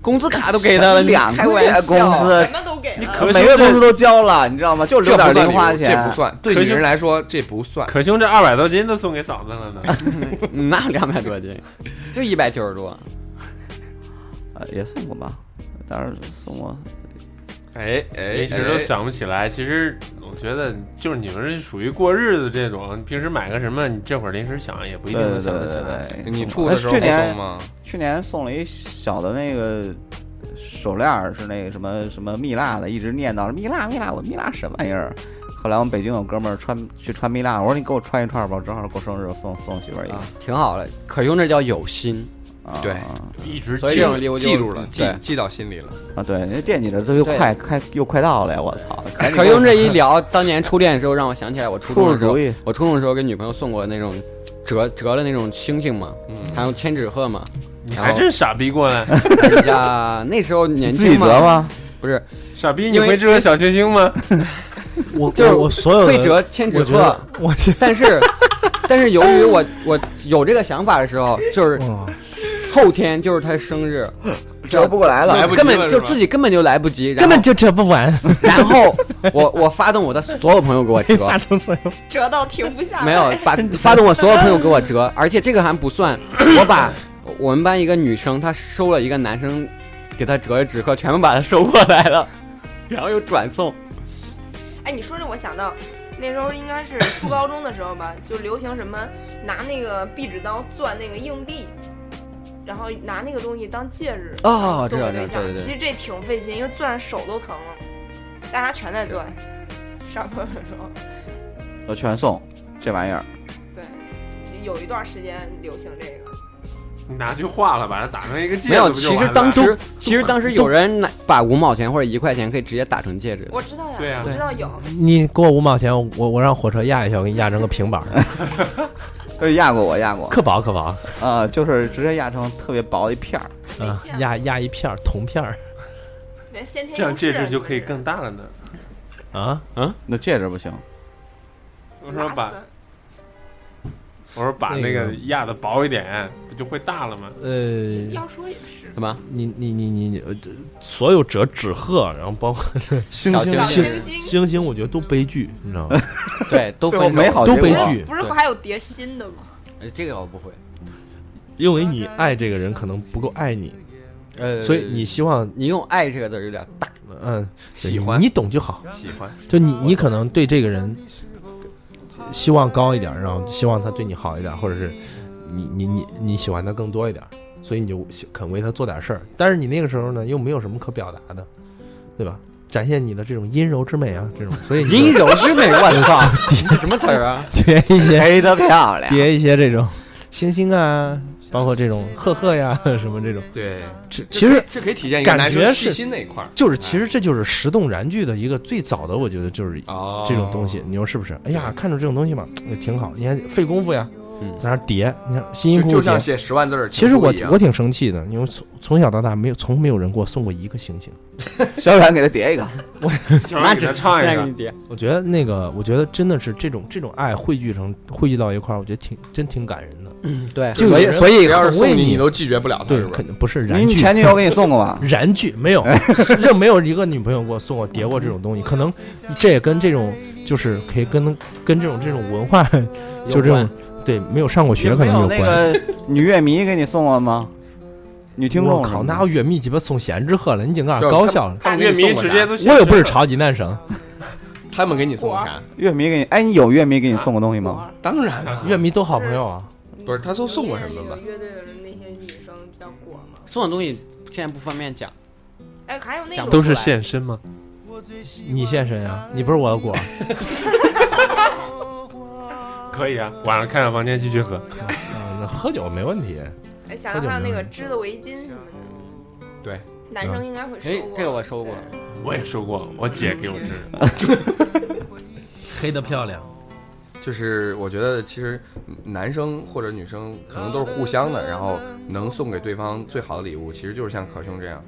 工资卡都 给他了，你
两
开
个月
玩
工
笑。
资
什，么都给了，
可
每月工资都交了，你知道吗？就留
这不
点
算
零花钱，
这不算。对
可
女
是
人来说，这不算。
可兄这二百多斤都送给嫂子了呢，
那两百多斤，就一百九十多，
呃也送过吧。当然送过，
哎哎，
一直都
哎
想不起来。其实我觉得，就是你们是属于过日子这种，平时买个什么，你这会儿临时想也不一
对
定能
对
想得起来。
对对对，
你
送
处
过
的时候
去
还送
年
吗？
去年送了一小的那个手链儿，是那个什么什么蜜蜡的，一直念叨着蜜蜡蜜蜡，我蜜蜡什么玩意儿？后来我们北京有哥们儿穿去穿蜜蜡，我说你给我穿一串吧，正好过生日送送媳妇儿一个
啊。挺好的。可用这叫有心，
啊
对
一直
所以
记
这种礼物就
记住嗯了，记
对，
记到心里了。
啊，对，人家惦记着，这又
对
快快又快到了呀！我操，赶紧
可
给我
用这一聊，当年初恋的时候让我想起来，我初中
出
的时
主
候，
意，
我初中的时候给女朋友送过那种折折了那种星星嘛，还
嗯，
有千纸鹤嘛。
你还真傻逼过来，
哎呀，那时候 年
你自己
轻
得
嘛，
吗？
不是
傻逼你
因为
会折小星星吗？
我
就是
我我所有的
会折千纸
我觉
鹤
得，我
但是但是由于我我有这个想法的时候，就是
哇
后天就是他生日，
折不过来
来
了，
不及
根
了
本
是
就
吧
自己根本就来不及，然
根本
后
就折不完，
然后我我发动我的所有朋友给我 折，
发动所有
折到停不下来。
没有把发动我所有朋友给我折，而且这个还不算，我把我们班一个女生，她收了一个男生给她折的纸鹤，全部把它收过来了， 然后又转送。
哎，你说这我想到，那时候应该是初高中的时候吧，就流行什么拿那个壁纸刀钻那个硬币，然后拿那个东西当戒指
哦
送
知道
给
知道
对象。
对对对
其实这挺费心，因为钻手都疼了，大家全在钻。 上课的时候，
我全送这玩意儿。
对，有一段时间流行这个。
你拿去化了，把它打成一个戒指，
没有，
不就
其实
完了
当时其实当时有人拿把五毛钱或者一块钱可以直接打成戒指的。
我知道呀，
对呀啊
我知道有。
你给我五毛钱，我我让火车压一下，我给你压成个平板儿，
对，哎压过我压过，
可薄可薄，
啊、就是直接压成特别薄一片儿。
啊
没见，过
压压一片儿铜片儿
那先天
这样
优势
戒
啊
指就可以
你们
更大了呢。
啊，
那戒指不行，
我
是
说
拉
把
丝
我说把那个压的薄一点，不就会大了吗？
呃，
要说也是，
什么？
你你你你你，呃这所有折纸鹤，然后包括星
小
星
星
星
星星星，我觉得都悲剧，你知道吗？
对，都
最
分
后
手
美好
都
结果
悲剧
不是
对
还有叠新的吗？
呃这个我不会。
因为你爱这个人可能不够爱你，
呃
所以你希望
你用“爱”这个字儿有点大。
嗯
喜欢
你懂就好，
喜欢
就你你可能对这个人希望高一点，然后希望他对你好一点，或者是你你你你喜欢他更多一点，所以你就喜肯为他做点事儿。但是你那个时候呢，又没有什么可表达的，对吧？展现你的这种阴柔之美啊，这种，所以你就
阴柔之美，我操，这 什么词儿啊？
叠一 些
黑的漂亮。
叠一些这种 星星啊，包括这种赫赫呀什 么这种，
对，
其其
这可以
实啊
这可以体现一个
感
男
觉
生细
是
心那一块儿。
就是其实这就是石动燃具的一个最早的，我觉得就是
哦，
这种东西，你说是不是？哎呀，看着这种东西嘛，也挺好，你还费功夫呀，
嗯
在那儿叠，你看辛
就
辛苦苦
就
叠
像。写十万字儿的
其
情
实
书
我
一样。
我挺生气的，因为从从小到大没有从没有人给我送过一个星星。
小冉给他叠一个，
小让给他唱一
现在给
个
你，叠。
我觉得那个，我觉得真的是这种这种爱汇聚成汇聚到一块儿，我觉得挺真挺感人的。
对，
就
所
有
以
人
所以
谁要是
很为
送你，
你
你都拒绝不了他，
对
是，吧
肯？定不是燃
你
具，
前女友给你送过吗？
燃具没有，任没有一个女朋友给我送过叠过这种东西。可能这也跟这种就是可以跟跟这种这种文化，就这种对没有上过 学可能
有
关
那。个女乐迷给你送过吗？女听众
我
什么
靠，
的？
那我远蜜鸡巴送闲之鹤了，你井盖
就是
高
他
效了。
他们给
乐
你
迷
送过
直
啥
接都
我又不是潮济南省，
他们给你送过啥？
乐迷给你，哎，你有乐迷给你送过东西吗？
当然了，
乐迷都好朋友啊。
不是他都送过什么吧
吧？？乐队的人那些女生比较火嘛。
送的东西现在不方便讲。
哎，还有那
讲
种
都是
现身吗？
你现身呀？你不是我的果，啊
可以啊，晚上开上房间继续喝。
嗯，喝酒没问题。
哎，想到还有那个织的围巾什么的，
对，
男生应该会收
哎
过。，
这个我收过。
对
我也收过，我姐给我织。
黑的漂亮，
就是我觉得其实男生或者女生可能都是互相的，然后能送给对方最好的礼物，其实就是像可兄这样，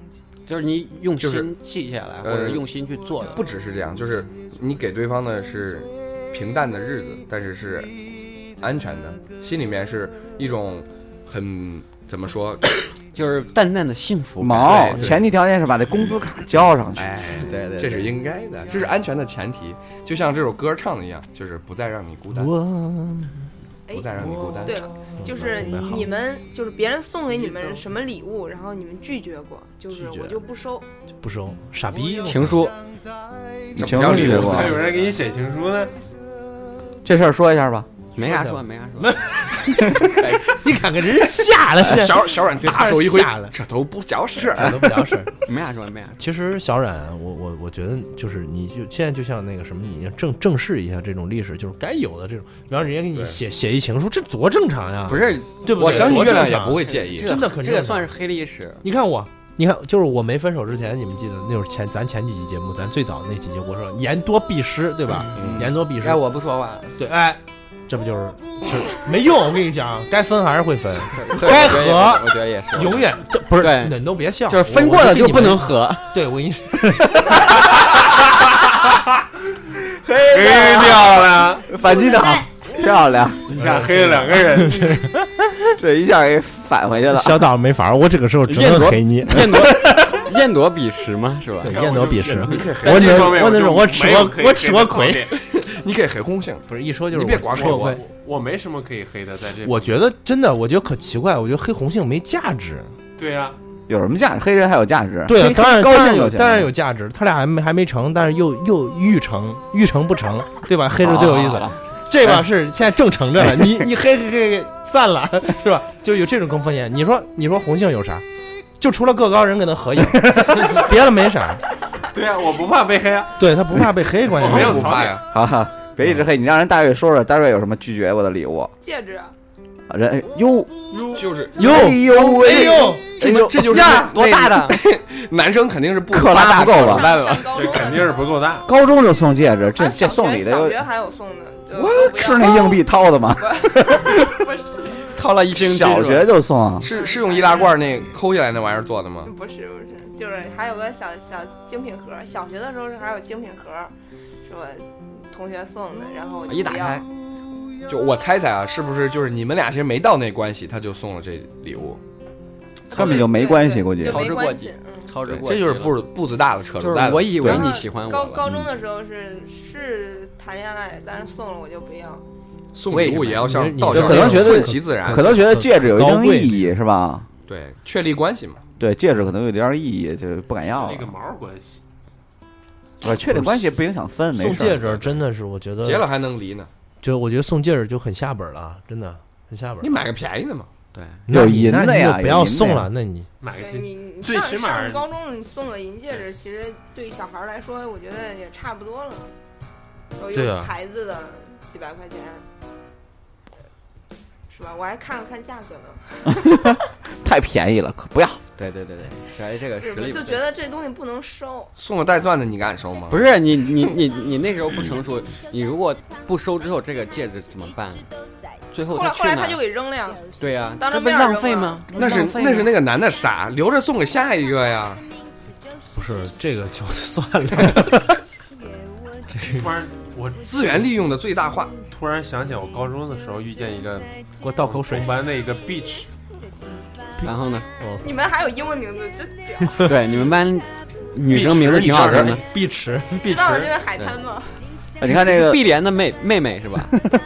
就是你用
就是
心记下来，或
呃
者用心去做的。
不只是这样，就是你给对方的是平淡的日子，但是是安全的，心里面是一种很怎么说？
就是淡淡的幸福
啊
感。
哎
毛，
对对
前提条件是把这工资卡交上去。
哎，
对对，
这是应该的，这是安全的前提，就像这首歌唱的一样，就是不再让你孤单，
我
不再让你孤单。
哎对了，就是
那好
你们就是别人送给你们什么礼物，然后你们拒绝过，就是
拒绝
我就不收。
不收，傻逼。
情书。
你
这
情
不叫
书
礼
拒绝
物
过
还有人给你写情书呢？
这事儿说一下吧。
没啥说，没啥说。
你看给人吓的，这
小小冉大手一挥
吓了，
这都不叫事儿。
这都不了事。
没啥说，没啥说。
其实小冉，我我我觉得就是你就现在就像那个什么，你要正正视一下这种历史，就是该有的这种，比方人家给你
对
写写一情书，这多正常呀，
不是，
对不对？
我相信
多
月
正
亮也
常
不会介意
这。个
真的很
这个
正常
算是黑历史。
你看我，你看，就是我没分手之前，你们记得那会儿前咱前几期节目，咱最早那几期，我说言多必失，对吧？言多必失，
哎，我不说话，
对，哎，这不就是，就是没用。我跟你讲，该分还是会分，
对
该
我觉得也
和
是我觉得也是，
永远这不是
对，
你都别笑，
就是分
我
过了就不。
我
能
跟你
和。
们对，我 跟你说，
黑掉了，
啊
哎
反击的好，漂亮。
一下黑了两个人。
这一下给返回去了。
小岛没法儿，我这个时候只能黑你。
燕朵，燕朵彼时嘛，是吧？
对，燕朵鄙视。
在
我
这
能
方面
我能
就
说我吃
没有
过
可以
我
黑
吃
的
过
槽
亏
点，
你可以黑公性，
不是一说就是
你别光说
我
我
我
我没什么可以黑的，在这
我觉得真的，我觉得可奇怪，我觉得黑红杏没价值。
对啊呀，
有什么价值？黑人还有价值？
对啊
黑，
当然
高
当
兴
然
就
有
行。
当然有价值，他俩还没还没成，但是又又欲成，欲成不成，对吧？黑着最有意思了。这把是现在正成着了，你你黑黑黑黑散了 是吧？就有这种更风险。你说你说红杏有啥？就除了个高人跟他合影， 别的没啥。
对呀，我不怕被黑 啊，
对他不怕被黑，关
我没有
键是
不
槽
怕
点
呀，
好好，别一直黑你，让人大瑞说说大瑞有什么拒绝我的礼物。
戒指啊，
啊人哎哟，
就是
哟
哎呦
哎
喂，
呦，
这
哎呦
这就是
呀多大的？
男生肯定是不
克拉
拉
不够吧
扯淡了。
上高
这
中
肯定是不够大。
高中就送戒指，这
啊
这
小
送
学
礼的
小
有
学还有送的，对我不要
是那硬币掏的吗？
不是
掏了一星期
小学就送，啊
是是用易拉罐那抠下来那玩意儿做的吗？
不是不是，就是还有个小小精品盒，小学的时候是还有精品盒，是我同学送的，然后我就
啊一打
不要
开，
就我猜猜啊，是不是就是你们俩其实没到那关系，他就送了这礼物？
根本就没关系，估计
就
操
没
之过
关
急
系。嗯，
操之过
这
急
就是
了
步步子大了，扯
就
着
是
蛋了。
我以为
对
你喜欢
高
我了，嗯
高中的时候是是谈恋爱，但是送了我就不要。
送礼物也要像道
就
教
可能
那样
觉得
顺其自然。
可能觉得戒指有一
高
定
贵
意义是吧？
对，确立关系嘛。
对，戒指可能有点意义，就不敢要
那个
了。
毛关系，
我确定关系不影响分，没
送
事
戒
儿。
指真的是，我觉得
结了还能离呢？
就我觉得送戒指就很下本了啊，真的很下本。
你买个便宜的嘛。
那你
有银的
那你
呀
就
有
不要
银的
送
呀
了，那你
哎
买个
对你，你
最
上
起码
上高中你送个银戒指，其实对小孩儿来说，我觉得也差不多了。有一
对
个
啊
牌子的几百块钱，是吧？我还看了看价格呢，
太便宜了，可不要。
对对对对，哎，这个
是
实
不是
力
就
不
觉
对
得这东西不能收。
送了带钻的你敢收吗？
不
是，
是你你你你那时候不成熟，你如果不收之后，这个戒指怎么办？最后
后来
去
后来
哪
他就
儿？
给扔了呀，
对啊呀，
当着
这不是
面儿
浪费
扔
吗
了？
那是
浪费吗
那是那个男的傻，留着送给下一个呀。
不是这个就算了。
突然我
资源利用的最大化。
突然想起来，我高中的时候遇见一个
给我倒口水
同。班的一个 bitch，
然后呢？
你们还有英文名字，真屌！
对，你们班女生名字挺好听的，
碧池，
知道的就是海滩吗？
哎你看这
是
个
碧莲的妹妹妹 是吧？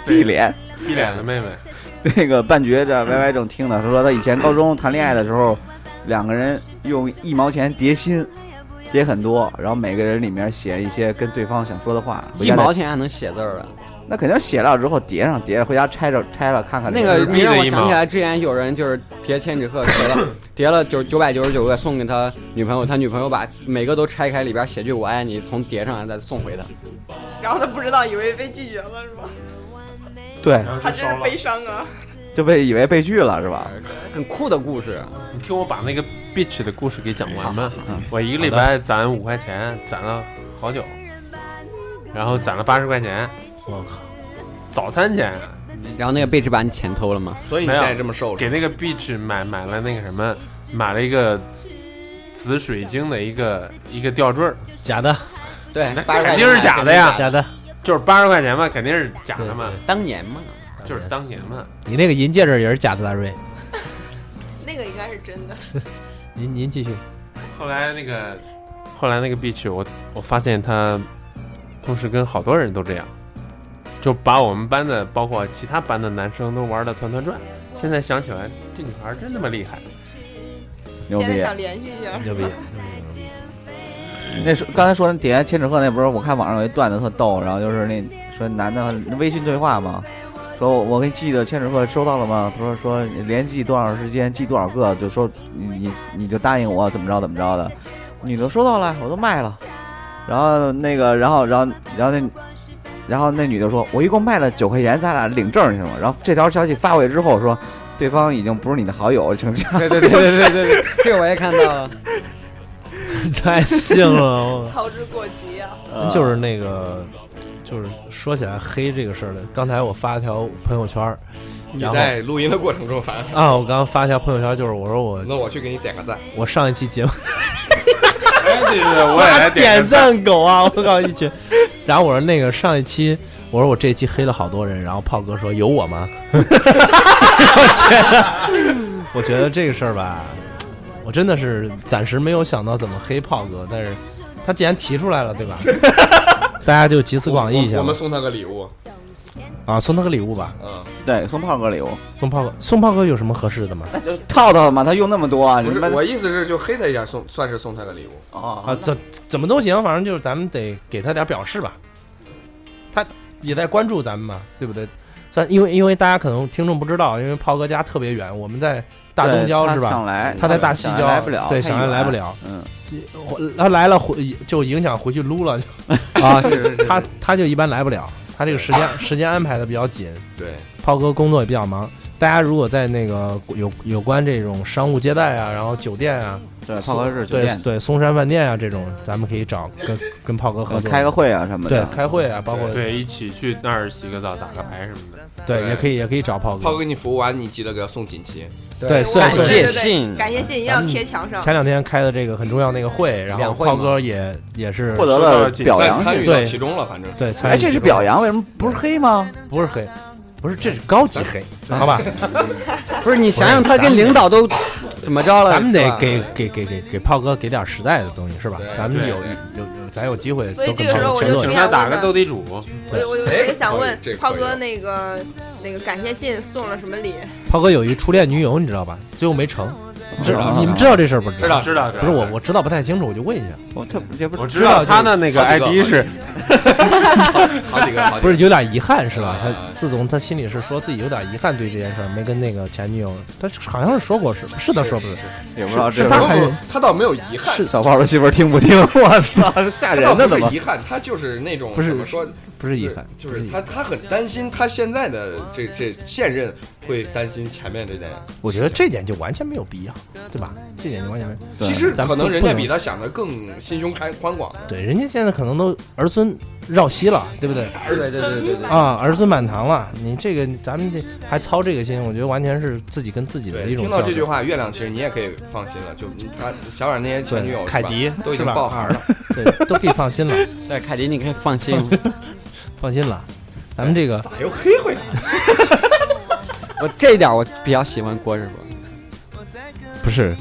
碧脸，
碧脸的妹妹，
这个半绝这 Y Y 正听呢，他说他以前高中谈恋爱的时候，两个人用一毛钱叠心，叠很多，然后每个人里面写一些跟对方想说的话。回
一
家再
毛钱还能写字儿啊？
那肯定写了之后叠上叠，回家拆着拆了看看
那
里
个
面。
你让我想起来，之前有人就是叠千纸鹤，叠了叠了九九百九十九个送给他女朋友，他女朋友把每个都拆开，里边写句“我爱你”，从叠上再送回他。
然后他不知道，以为被拒绝了是吧？
对，
然后
他
就
真
烧
是
了。
悲伤啊！
就被以为被拒了是吧？
很酷的故事，啊
你听我把那个 bitch 的故事给讲完吧。我一个礼拜攒五块钱，攒了好久，然后攒了八十块钱，
我靠，
早餐钱
然后那个贝芝把你钱偷了吗？
所以你
没有
现在这么瘦着，
给那个 bitch 买买了那个什么，买了一个紫水晶的一个一个吊坠儿，
假的，
对
那，
八十块
肯
钱
定是假的呀
假的。
就是八十块钱嘛，肯定是假的嘛，
当年嘛，
就是当年嘛。
你那个银戒指也是假的，大瑞。
那个应该是真的。
您您继续，
后来那个，后来那个 bitch，我我发现他同时跟好多人都这样，就把我们班的，包括其他班的男生都玩的团团转。现在想起来，这女孩真他妈厉害。
牛
现在
逼！
想联系一下，
牛逼！
那是刚才说底下千纸鹤那不是？我看网上有一段子特逗，然后就是那说男的微信对话嘛，说我给你寄的千纸鹤收到了吗？他说说连寄多少时间，寄多少个，就说你你就答应我怎么着怎么着的。女的收到了，我都卖了。然后那个，然后然后然后那。然后那女的说：“我一共卖了九块钱，咱俩领证去了。”然后这条消息发过去之后说，对方已经不是你的好友，请假。
对对对对对对对，这个我也看到了。
太信了，我
操之过急 啊！
就是那个，就是说起来黑这个事儿了。刚才我发一条朋友圈儿
你
然后
在录音的过程中烦。
啊，我刚刚发一条朋友圈儿，就是我说我
那我去给你点个赞。
我上一期节目
哎，对对对，我也 来
点赞狗啊！我靠一群，然后我说那个上一期我说我这一期黑了好多人，然后炮哥说有我吗？ 我觉得，我觉得这个事儿吧，我真的是暂时没有想到怎么黑炮哥，但是他既然提出来 了，对吧？大家就集思广益一下吧
我我们送他个礼物，
啊，送他个礼物吧，
嗯，
对，送炮哥礼物，
送炮哥，送炮哥有什么合适的吗？
那就套套嘛，他用那么多，啊
不
你
是
们
我意思是就黑他一下，送算是送他个礼物。
哦，
啊，怎怎么都行，反正就是咱们得给他点表示吧。他也在关注咱们嘛，对不对？算因为因为大家可能听众不知道，因为炮哥家特别远，我们在大
对
东郊
他
是
想
吧？
来，
他在大西
想
郊
来不了，
对
太
想来
远
来不了。
嗯，
我他来了回就影响回去撸了，
啊，是是是，
他他就一般来不了，他这个时间 时间安排的比较紧。
对，
炮哥工作也比较忙，大家如果在那个有有关这种商务接待啊，然后酒店啊，
对，炮哥是酒
对
店
对松山饭店啊这种，咱们可以找跟跟炮哥合作
开个会啊什么
对
的，
开会啊，包括
对，一起去那儿洗个澡、打个牌什么的。
对，
对
也可以也可以找
嗯
炮
涛
哥。
哥你服务完，你记得给他送锦旗。
对，
我
哎算
感
对
算
谢
谢
信
感谢信一定要贴墙上。
前两天开的这个很重要那个会，然后
两会
炮
嘛
哥也也是
获得
收到
了
了锦
表
好
但
扬
参
性
与。到
对
其中了，反 正
对参与
哎，这
其
是
中
表扬，为什么不是黑吗？
不是黑，不是这是高级黑，好吧？
不是你想想，他跟领导都怎么着了？
咱们
是
得
吧
给给给给给炮哥给点实在的东西是吧？咱们
对
有有有，咱有机会
所以
都跟
这
炮
个时候
哥
我
合
就
作
觉
请
一
得
下。
他打个斗地主，
我我我
哎
也想问
可以这
炮
可以
哥那个那个感谢信送了什么礼？
炮哥有一初恋女友，你知道吧？最后没成，知
啊
道你们知道这事儿不？
知道
知道知道。
不是我，我知道不太清楚，我就问一下。
我特这不
我知道他的那个
知道
ID 是
好几个，好几个
不是有点遗憾是吧？他
啊
自从他心里是说自己有点遗憾对这件事儿没跟那个前女友，他好像是说过是是他说不是？
也不知道
是
这
他
不
还
不
是，
他倒没有遗憾，
小炮的媳妇儿听不听？我操，吓
他
人
倒
呢
不
怎么
是？遗憾，他就是那种
不是
怎么说，
不是遗憾，
就是他他很担心他现在的这这现任会担心前面这件，
我觉得这点就完全没有必要，对吧？这点就完全没有
对
其实
咱
可能
不
人家
不能
比他想的更心胸开宽广，
对，人家现在可能都儿孙绕膝了，对不对？
对对对对对，
啊，儿孙满堂了，你这个咱们这还操这个心，我觉得完全是自己跟自己的一种
听到
较
这句
量。
话，月亮其实你也可以放心了，就他小冉那些前女友
对，凯
是吧
迪
都已
是
经
吧
爆孩了，
对，都可以放心了，
对凯迪，你可以放心，
放心了。咱们这个
哎呦黑回来了，
我这一点我比较喜欢郭师傅，
不是，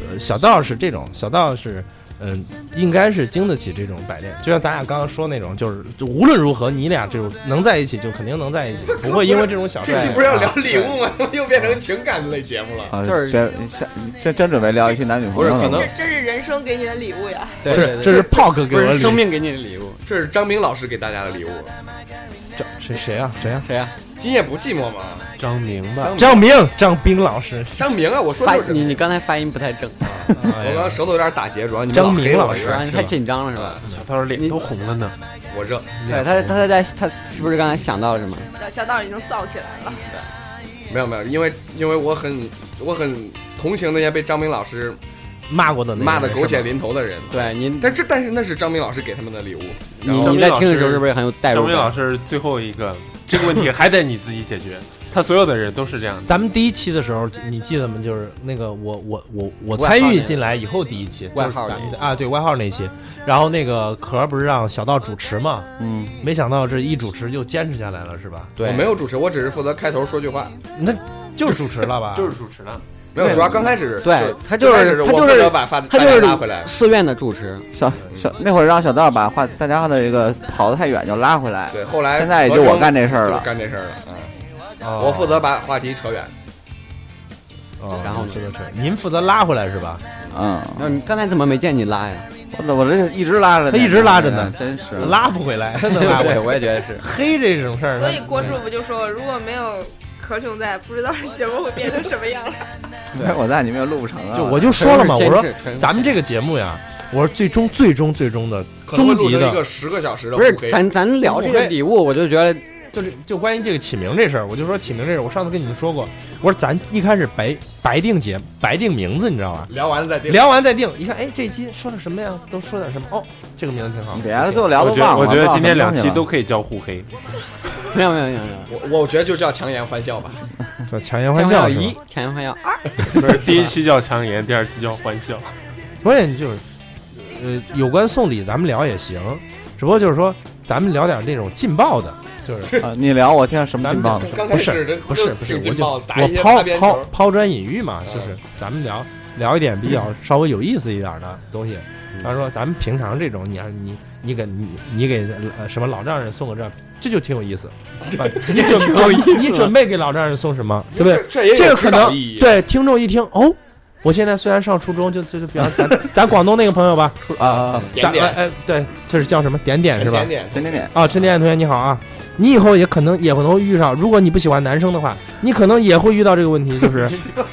呃，小道是这种，小道是，嗯、应该是经得起这种百炼。就像咱俩刚刚说那种，就是就无论如何，你俩这种能在一起就肯定能在 一起，不会因为这种小事
这
儿。啊
期不是要聊礼物吗？怎么 又变成情感类节目了？
啊，
就是
真下真真准备聊一期男女朋友
不是可能
这这是人生给你的礼物呀！
对
这这是炮哥给
不
我的
是
礼物
生命给你的礼物？
这是张明老师给大家的礼物，
这谁谁啊谁啊？
谁呀？
今夜不寂寞吗？
张明吧？
张明张斌老师，
张明啊，我说
发
就是
你你刚才发音不太正，
哎
我刚
呀
刚舌头有点打结，主要你们
张
黑
明
我
老
是
师
吧
啊你太紧张了是吧？
小涛脸都红了呢。
我热，
对他他在他是不是刚才想到了什么？
小小道已经燥起来了，
没有没有，因为因为我很我很同情那些被张明老师
骂过的那个
骂的
人
狗血
是吧
淋头的人。
对你你
但这但是那是张明老师给他们的礼物，然后
你在听的时候是不是很有代
张
入
明老
感？
师最后一个这个问题还得你自己解决， 他所有的人都是这样的。
咱们第一期的时候，你记得吗？就是那个我我我我参与进来以后第一期，
外号那
就是咱
一
们
期
啊，对外号那一期。然后那个壳不是让小道主持嘛？
嗯，
没想到这一主持就坚持下来了，是吧？
对，
我没有主持，我只是负责开头说句话。
那就是主持了吧？
就是主持了，
没有，
对
主要刚开始
对
就
他
就
就是
开始
他
我
就
负责
是
把发
他
大家
就
拉回来
是。寺院的主持，
小小那会儿让小道把话大家的这个跑得太远就拉回来，
对，后来
现在也就我干这事儿了
就干这事儿了。嗯，
哦
我负责把话题扯远。
哦
然后呢
负责扯，您负责拉回来是吧？
嗯，
然后你刚才怎么没见你拉 呀？
我我这一直拉着呢，
他一直拉着呢
真是
拉不回来，能拉不回来。
我也觉得 是。
黑这种事儿，
所以郭师傅就说，如果没有壳兄在，不知道这节目会变成什么样。
我在你们也录不成啊，
就我就说了嘛，我
纯是
说
坚持纯是
咱们这个节目呀，我说最终最终最终的
可能会
终
录
极
成
的
一个十个小时的
不是
互黑，
咱咱聊这个礼物，我就觉得
就是就关于这个起名这事儿，我就说起名这事儿，我上次跟你们说过，我说咱一开始白白定节白定名字，你知道吧？
聊完了再定。
聊完再定，一看，哎，这期说的什么呀？都说点什么？哦，这个名字挺好。
别了，
就
就聊
我
都
觉得
忘了。
我觉得今天
忘
两
了
期都可以叫互黑，
没有没有没有没有，
我我觉得就叫强颜欢笑吧。
叫强颜
前
欢
欢
笑
笑
是吧
一，前欢笑二，
不是第一期叫强颜，第二期叫欢笑。
关键就是，呃，有关送礼咱们聊也行，只不过就是说咱们聊点那种劲爆的， 就是
啊，你聊我听听什么
咱
劲
们
爆
讲
的？
刚
不
开
是
始这
不是不是，
挺
我
劲
就
爆
我
打一些擦
抛
边球
抛抛砖引玉嘛，
嗯
就是咱们聊聊一点比较稍微有意思一点的东西。他说咱们平常这种，你要你你给你你给呃什么老丈人送 个这， 这就挺有意思。啊你准备你准备给老丈人送什么，对不对？
这也
这
有
个可
指导
能
意义。
对听众一听哦，我现在虽然上初中，就就就比方咱 咱广东那个朋友吧，
啊啊，
点
咱
点
哎哎对，这是叫什么点点是吧？
点点
陈点点，
啊，陈点点同学你好啊，你以后也可能也可能会遇上，如果你不喜欢男生的话，你可能也会遇到这个问题，就是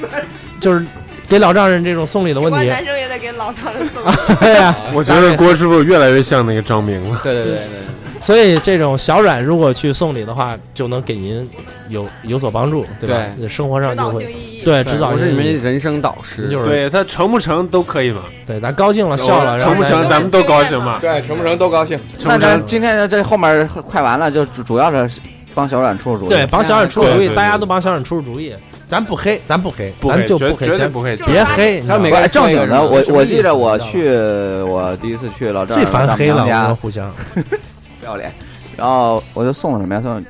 就是给老丈人这种送礼的
喜
问
欢
题。
男生也得给老丈人送。
对呀、
我觉得郭师傅越来越像那个张明了。
对对对对，
所以这种小阮如果去送礼的话，就能给您有有所帮助，对吧？生活上
指
就
导性
会
意义。
对指导
我是你
性
们
意义
人生导师，
就是
对他成不成都可以嘛，
对咱高兴了啊笑了，然
成
后
不成咱们都高兴嘛，
对，成不成都高兴。
成
那
不
咱
成
今天的这后面快完了，就主主要是帮小冉出出主意。
对，帮小冉出主
对
意，
对
大家
对
都帮小冉出主意，咱不黑，咱不黑，
不
咱
黑，
就
绝
不黑，
绝对
咱
不黑，
就
别黑，你知道吗
每个
哎
人
正
送一
经
个
的，
人
我
什么
我
意思
记得我
你知道吗
去我第一次去老丈
最
人
烦
丈母
黑
娘
了，我
家
们，互相
不要脸。然后我就送了什么呀？送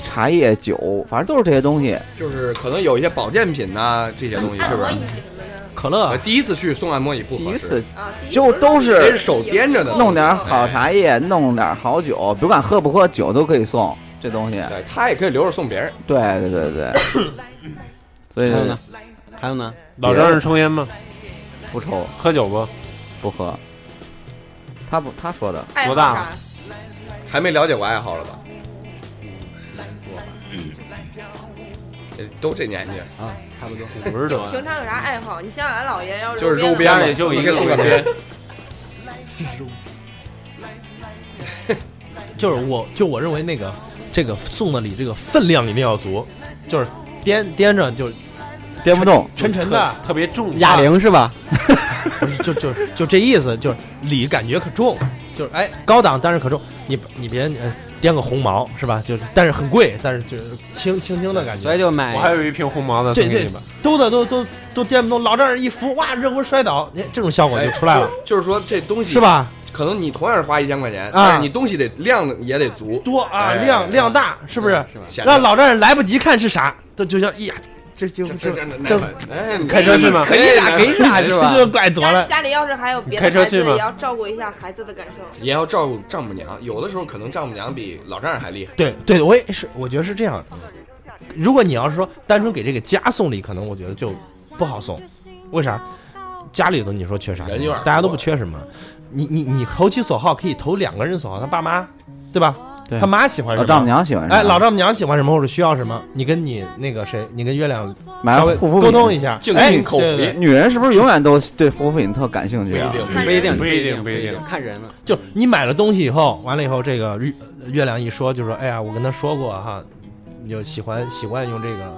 茶叶、酒，反正都是这些东西。
就是可能有一些保健品呐、这些东西是不是
按摩椅？什么的
可
我
乐。啊
第一次去送按摩椅不
第
合
一
适
次，
啊，第一
就都是
人手掂着的
弄点好茶叶，弄点好酒，不管喝不喝酒都可以送这东西。
对他也可以留着送别人。
对对对对，所
还有
以
呢，还有呢，
老丈人抽烟吗？
不抽
喝酒不？
不喝。他不他说的，
爱
多
好
大
啥
了
还没了解我爱好了吧？呃都这年纪，
啊，差不多。
不是
你
多
平常有啥爱好？你像俺姥爷要是
就是
揉
周
边
边
家
的
里
话
就
一
一 个
送个别人。
就是我，就我认为那个这个送的礼，这个分量一定要足，就是掂掂着就
颠不动。
沉沉的，
特别重
哑铃是吧？
不是就就就这意思，就是礼感觉可重，就是哎高档但是可重，你你别呃掂个红毛是吧？就是但是很贵，但是就是轻轻轻的感觉，
所以就
我还
买
有一瓶红毛的
对
送给
对
你吧，
兜的都都都掂不动，老丈人一扶，哇，热乎摔倒，哎，这种效果就出来了，
哎就是说这东西
是？吧？
可能你同样是花一千块钱，
啊
但是你东西得量也得足，
多啊，
哎
量量大，是不是？
是吧？
显得
让老丈人来不及看是啥，都就像哎呀，这就
这这
就
这奶
这
粉，哎，你
开车去吗？
给啥给啥是 吧？
这怪多
家
了。
家里要是还有别的
开车
孩子，
去吗
也要照顾一下孩子的感受。
也要照顾丈母娘，有的时候可能丈母娘比老丈人还厉害。
对对，我也是，我觉得是这样。如果你要是说单纯给这个家送礼，可能我觉得就不好送，为啥？家里头你说缺啥
人有点多？
大家都不缺什么。你你你投其所好，可以投两个人所好，他爸妈，对吧？
对
他妈喜欢
老
什么？
丈母娘喜欢什么
哎，老丈母娘喜欢什么或者需要什么？你跟你那个谁，你跟月亮
买
稍微
哎护肤
沟
品
通一下，
敬
哎
心口
对对
服
对
女人是不是永远都对护肤品特感兴趣啊？
不一定，
不一定
不
不一定
看人了。
就你买了东西以后，完了以后，这个月月亮一说，就说，哎呀，我跟他说过哈，有喜欢习惯用这个，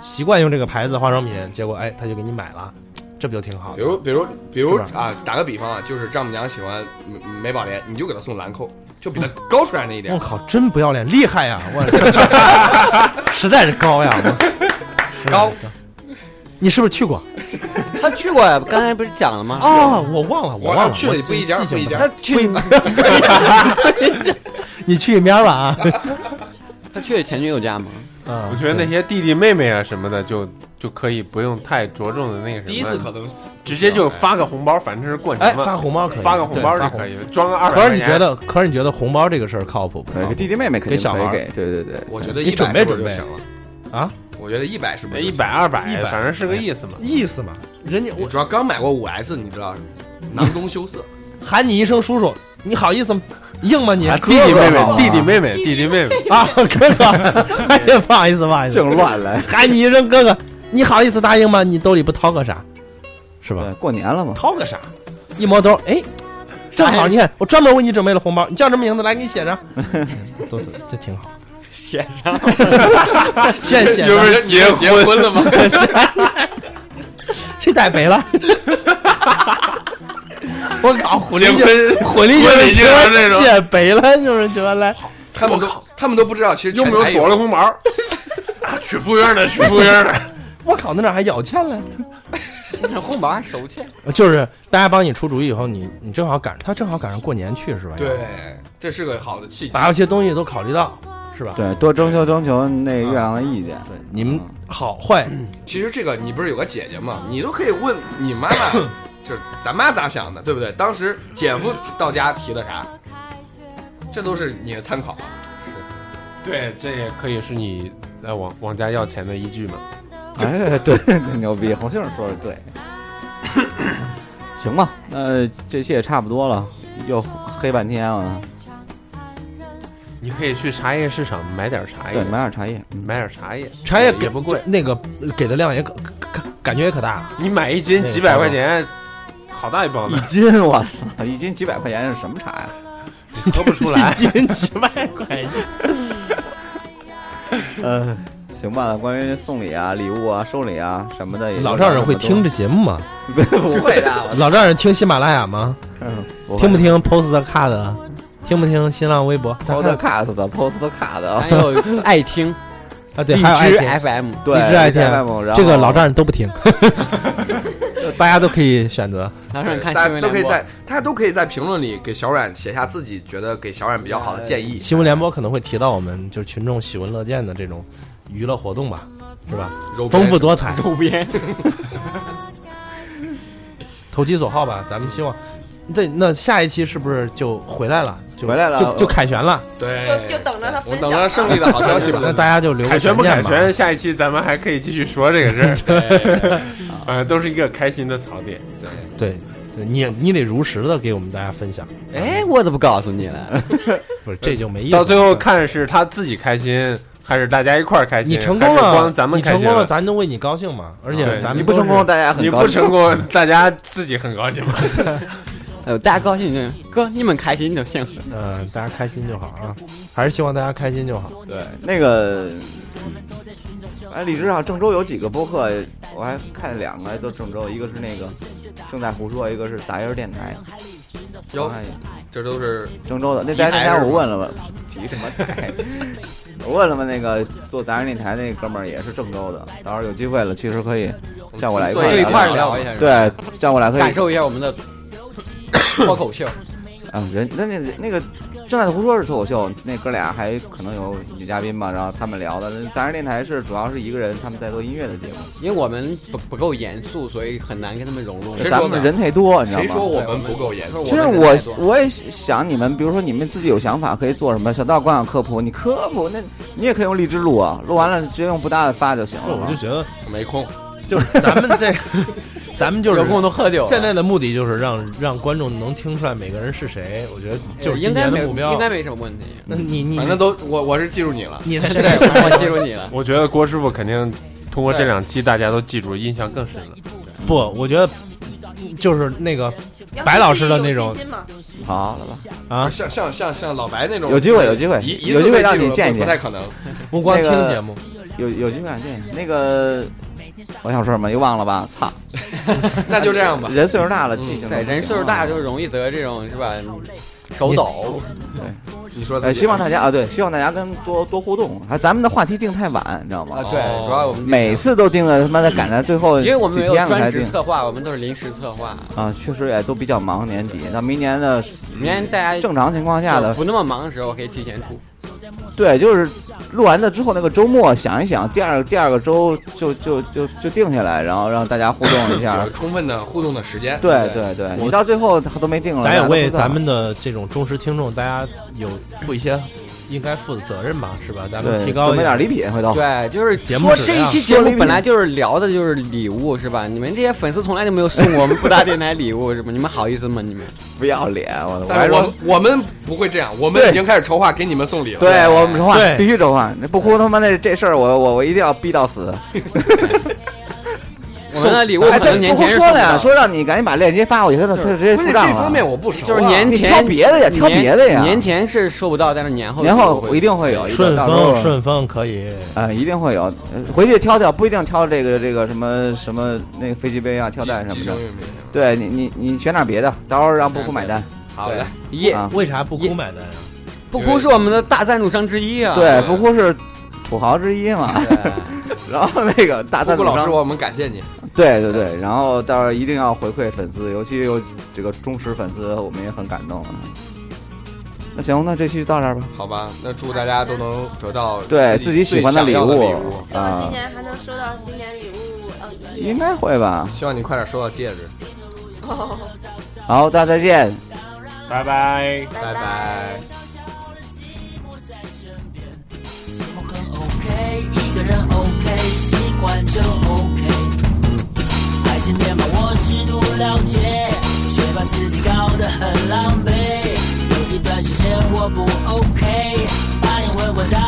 习惯用这个牌子的化妆品，结果哎，他就给你买了，这不就挺好的？
比如，比如，比如
是
啊，打个比方啊，就是丈母娘喜欢美美宝莲，你就给她送兰蔻，就比她高出来那一
我
点。
靠，真不要脸，厉害呀！我实在是高呀，我
高，
你是不是去过？
他去过呀，刚才不是讲了吗？
哦，我忘了，
我
忘了，
去了
我
不一家
记
不
性
一家
他去
你去一边吧啊！
他去前女友家吗？
嗯
我觉得那些弟弟妹妹啊什么的，就就可以不用太着重的那个什么，
第一次可哎能
直接就发个红包，反正是过
哎
年
发
嘛，
红包可以，
发个红包就可
以。
以，装个二百。
可是你觉？得，可是你觉得红包这个事儿靠谱不靠
对，
谱
给？弟弟妹妹肯定
给小
可以
孩儿
给，对对对。
我觉得
你
一
准
百
备
是不是
准
就
备
行了？
啊，
我觉得一百是不是就
一
行
百二百，
100
反正是个意思嘛。
意思嘛，人家我
我主要刚买过五 S，你知道，囊中羞涩。
喊你一声叔叔，你好意思吗硬吗你？
啊
弟弟妹
哥哥好
妹，
啊
弟弟妹妹，弟弟妹 妹，
啊，哥哥，哎呀，不好意思，不好意思，
净乱来，
喊你一声哥哥，你好意思答应吗？你兜里不掏个啥，是吧
对，？过年了嘛，
掏个啥？一摸兜，哎，正好你看，我专门为你准备了红包，你叫什么名字？来，给你写上，都都这挺好，
写 上
谢谢。
有没有
结结婚了吗？
谁逮北了？我靠，混了一圈，混了一
混了一
圈
圈
儿，
这种
见北了就是觉得来，
他们都他们都不知道，其实
用不
前台
用
有
躲了红包？ 啊，取服务员的，取服务员的。
我靠，那哪还要钱了？
红包还手欠，
就是大家帮你出主意以后，你你正好赶他正好赶上过年去是吧？
哎对，这是个好的契机。
把这些东西都考虑到，是吧？
对，多征求征求那月亮的意见。
啊
嗯
对，你们好坏，
其实这个你不是有个姐姐吗？你都可以问你妈妈，就是咱妈咋想的，对不对？当时姐夫到家提的啥，这都是你的参考。 啊
对，这也可以是你在往往家要钱的依据嘛。
哎，对，牛逼，红杏儿说的对。 行吧，那这期也差不多了，又黑半天啊了。
你可以去茶叶市场买点茶叶
对，，
哎
买点茶叶。
买点茶叶，
茶叶
也不贵，
那个给的量也可可可感觉也可大。
你买一斤
对
几百块钱，好大一包
一
呢，
斤，我操， 一斤几百块钱是什么茶呀？
喝不出
哎
来。
斤几百块钱，
嗯，行吧，那关于送礼啊、礼物啊、收礼啊什么的也就
老
聊这么多，
丈人会听这节目吗？
不会的，
老丈人听喜马拉雅吗？
嗯，
听不听 Post the Card？听不听新浪微博？咱看
Podcast 的 Podcast 的
咱，有爱听
啊， 对，
荔
还有爱
枝
听
FM，
对，
荔枝爱听
然后
这个老丈人都不听， 大家都可以选择。
然后让你看
大
新
家
闻
都可以
联播。
在，大家都可以在评论里给小冉写下自己觉得给小冉比较好的建议。
新闻联播可能会提到我们就是群众喜闻乐见的这种娱乐活动吧，是吧？
揉边
丰富多彩，
周边，
投其所好吧。咱们希望，对，那下一期是不是就回来了？就
回来了
就就凯旋了。
对，
就就等着他
我们
分享
等
吧。
着胜利的好消 息吧。
那大家就留个
凯旋不凯
悬念吧
旋？下一期咱们还可以继续说这个事 儿， 反正都是一个开心的槽点。
对，对你你得如实的给我们大家分享，
哎，我怎么告诉你了？
不是这就没意思了。
到最后看是他自己开心，还是大家一块儿开心？
你成功
还是
了，
光咱们
你
开
成
心
功了，咱都为你高兴嘛。而且
对
咱们
你不
都
成
是
功，大家很
你
高
不
兴
成。功， 大家自己很高兴嘛。
哎呦，大家高兴就哥，你们开心就行。
嗯、大家开心就好啊，还是希望大家开心就好。
对，那个，嗯哎，李志上郑州有几个播客，我还看见两个，都郑州，一个是那个正在胡说，一个是杂音儿电台。
哟
哎，
这都是
郑州的那杂音儿电台，我问了问，提什么台？我问了问那个做杂音儿电台那哥们儿，也是郑州的，到时候有机会了，其实可以叫过来一
坐
块儿
一块
聊
儿哎聊一下，，
对，叫过来可以
感受一下我们的脱口秀。
啊，人那那那个正在胡说是脱口秀，那哥俩还可能有女嘉宾吧，然后他们聊的那杂人电台是主要是一个人他们在做音乐的节目，
因为我们不不够严肃，所以很难跟他们融入。
谁
咱
说
们
的
人太多，你知道
谁
吗？
说我们不够严肃？
其实我我也想你们，比如说你们自己有想法可以做什么，小道观想科普，你科普那你也可以用荔枝录啊，录完了直接用不搭的发就行了。啊
我就觉得，
没空，
就是咱们 这，咱们就是
有空都喝
啊
酒了。
现在的目的就是让让观众能听出来每个人是谁，我觉得就是今
应该
年
没
的目标
应。该没什么问题。
那你你
反正都我我是记住你了。
你在这
对，我记住你 了。
我觉得郭师傅肯定通过这两期，大家都记住，印象更深了。
不，我觉得就是那个
要
白老师的
自己
那
有
种
信心嘛
好了吧，
啊，
像像像像老白那种，
有机会有机会
一一
有
次
机会
被
让
记住
你
了
见一
不
见
不太可能。
不光听
那个
节目，
有有机会感谢你那个。我想说什么又忘了吧？操，
那就这样吧，
人岁数大了，记性都不
对，人岁数
行了
大就容易得这种是吧？手抖。
你说自
呃，
己
希望大家啊，对，希望大家跟多多互动。还咱们的话题定太晚，你知道
啊，
哦
吗？
对，主要我们
每次都定的他妈的赶在最后
因
呃几
为我们没有
天了才
专
定
职策划，我们都是临时策划。
啊，确实也都比较忙，年底。那明年的
明天大家
嗯正常情况下的，
不那么忙的时候，可以提前出。
对，就是录完了之后那个周末想一想，第二第二个周就就就就定下来，然后让大家互动一下
有。充分的互动的时间。
对对对，
我
你到最后他都没定了，
咱也
大家都
为
不知道
咱们的这种忠实听众，大家有负一些应该负的责任吧，是吧？咱们
对
提高
准
一
备点
下
礼品，回头
对，就是
节目
说
质
这
量
一期节目本来就是聊的就是礼物是吧？你们这些粉丝从来就没有送我们不搭电台礼物是吧？你们好意思吗？你们
不要脸，我我
但
还
是
说
我。我们不会这样，我们
对
已经开始筹划给你们送礼了。
对我们说话
对
必须说话，那不哭他妈的这事儿，我我我一定要逼到死。
我们的礼物
哎，
可
对
能，年
不哭
前是
说
送不
了呀，
到，
说让你赶紧把链接发过去，他就他就直接
不
付
是这
账了。
方面我不熟啊，
就是年
你
前
挑别的呀，挑
年
别的呀。
年前是收不到，但是年后
年后
会
我一定会有，
顺
到时候
丰，顺丰可以。
啊，一定会有。呃回去挑挑，不一定挑这个这个什么什么那个飞机杯啊、跳蛋什
寄
么
生
的。
玉米
对你你你选点别的，到时候让布库买单。
好
对
的。耶，
啊，
为啥不
也
哭买单啊？
不哭是我们的大赞助商之一啊。
对，不库是土豪之一嘛。
对，
然后那个大
布
赞
谷
助
老师，
商，
我们感谢你。
对对对，然后到时候一定要回馈粉丝，尤其有这个忠实粉丝，我们也很感动啊。那行，那这期就到这儿吧。
好吧，那祝大家都能得到
对
自
自己喜欢的礼
最想要
物
的礼
希望今
啊，嗯
年还能收到新年礼物，哦耶！
应该会吧。
希望你快点收到戒指，
好，大家再见。
拜拜。
拜拜
寂寞很 OK，一个人 OK，习惯就 OK。爱情别把我试图了解，却把自己搞得很狼狈。有一段时间我不 OK，把你围裹在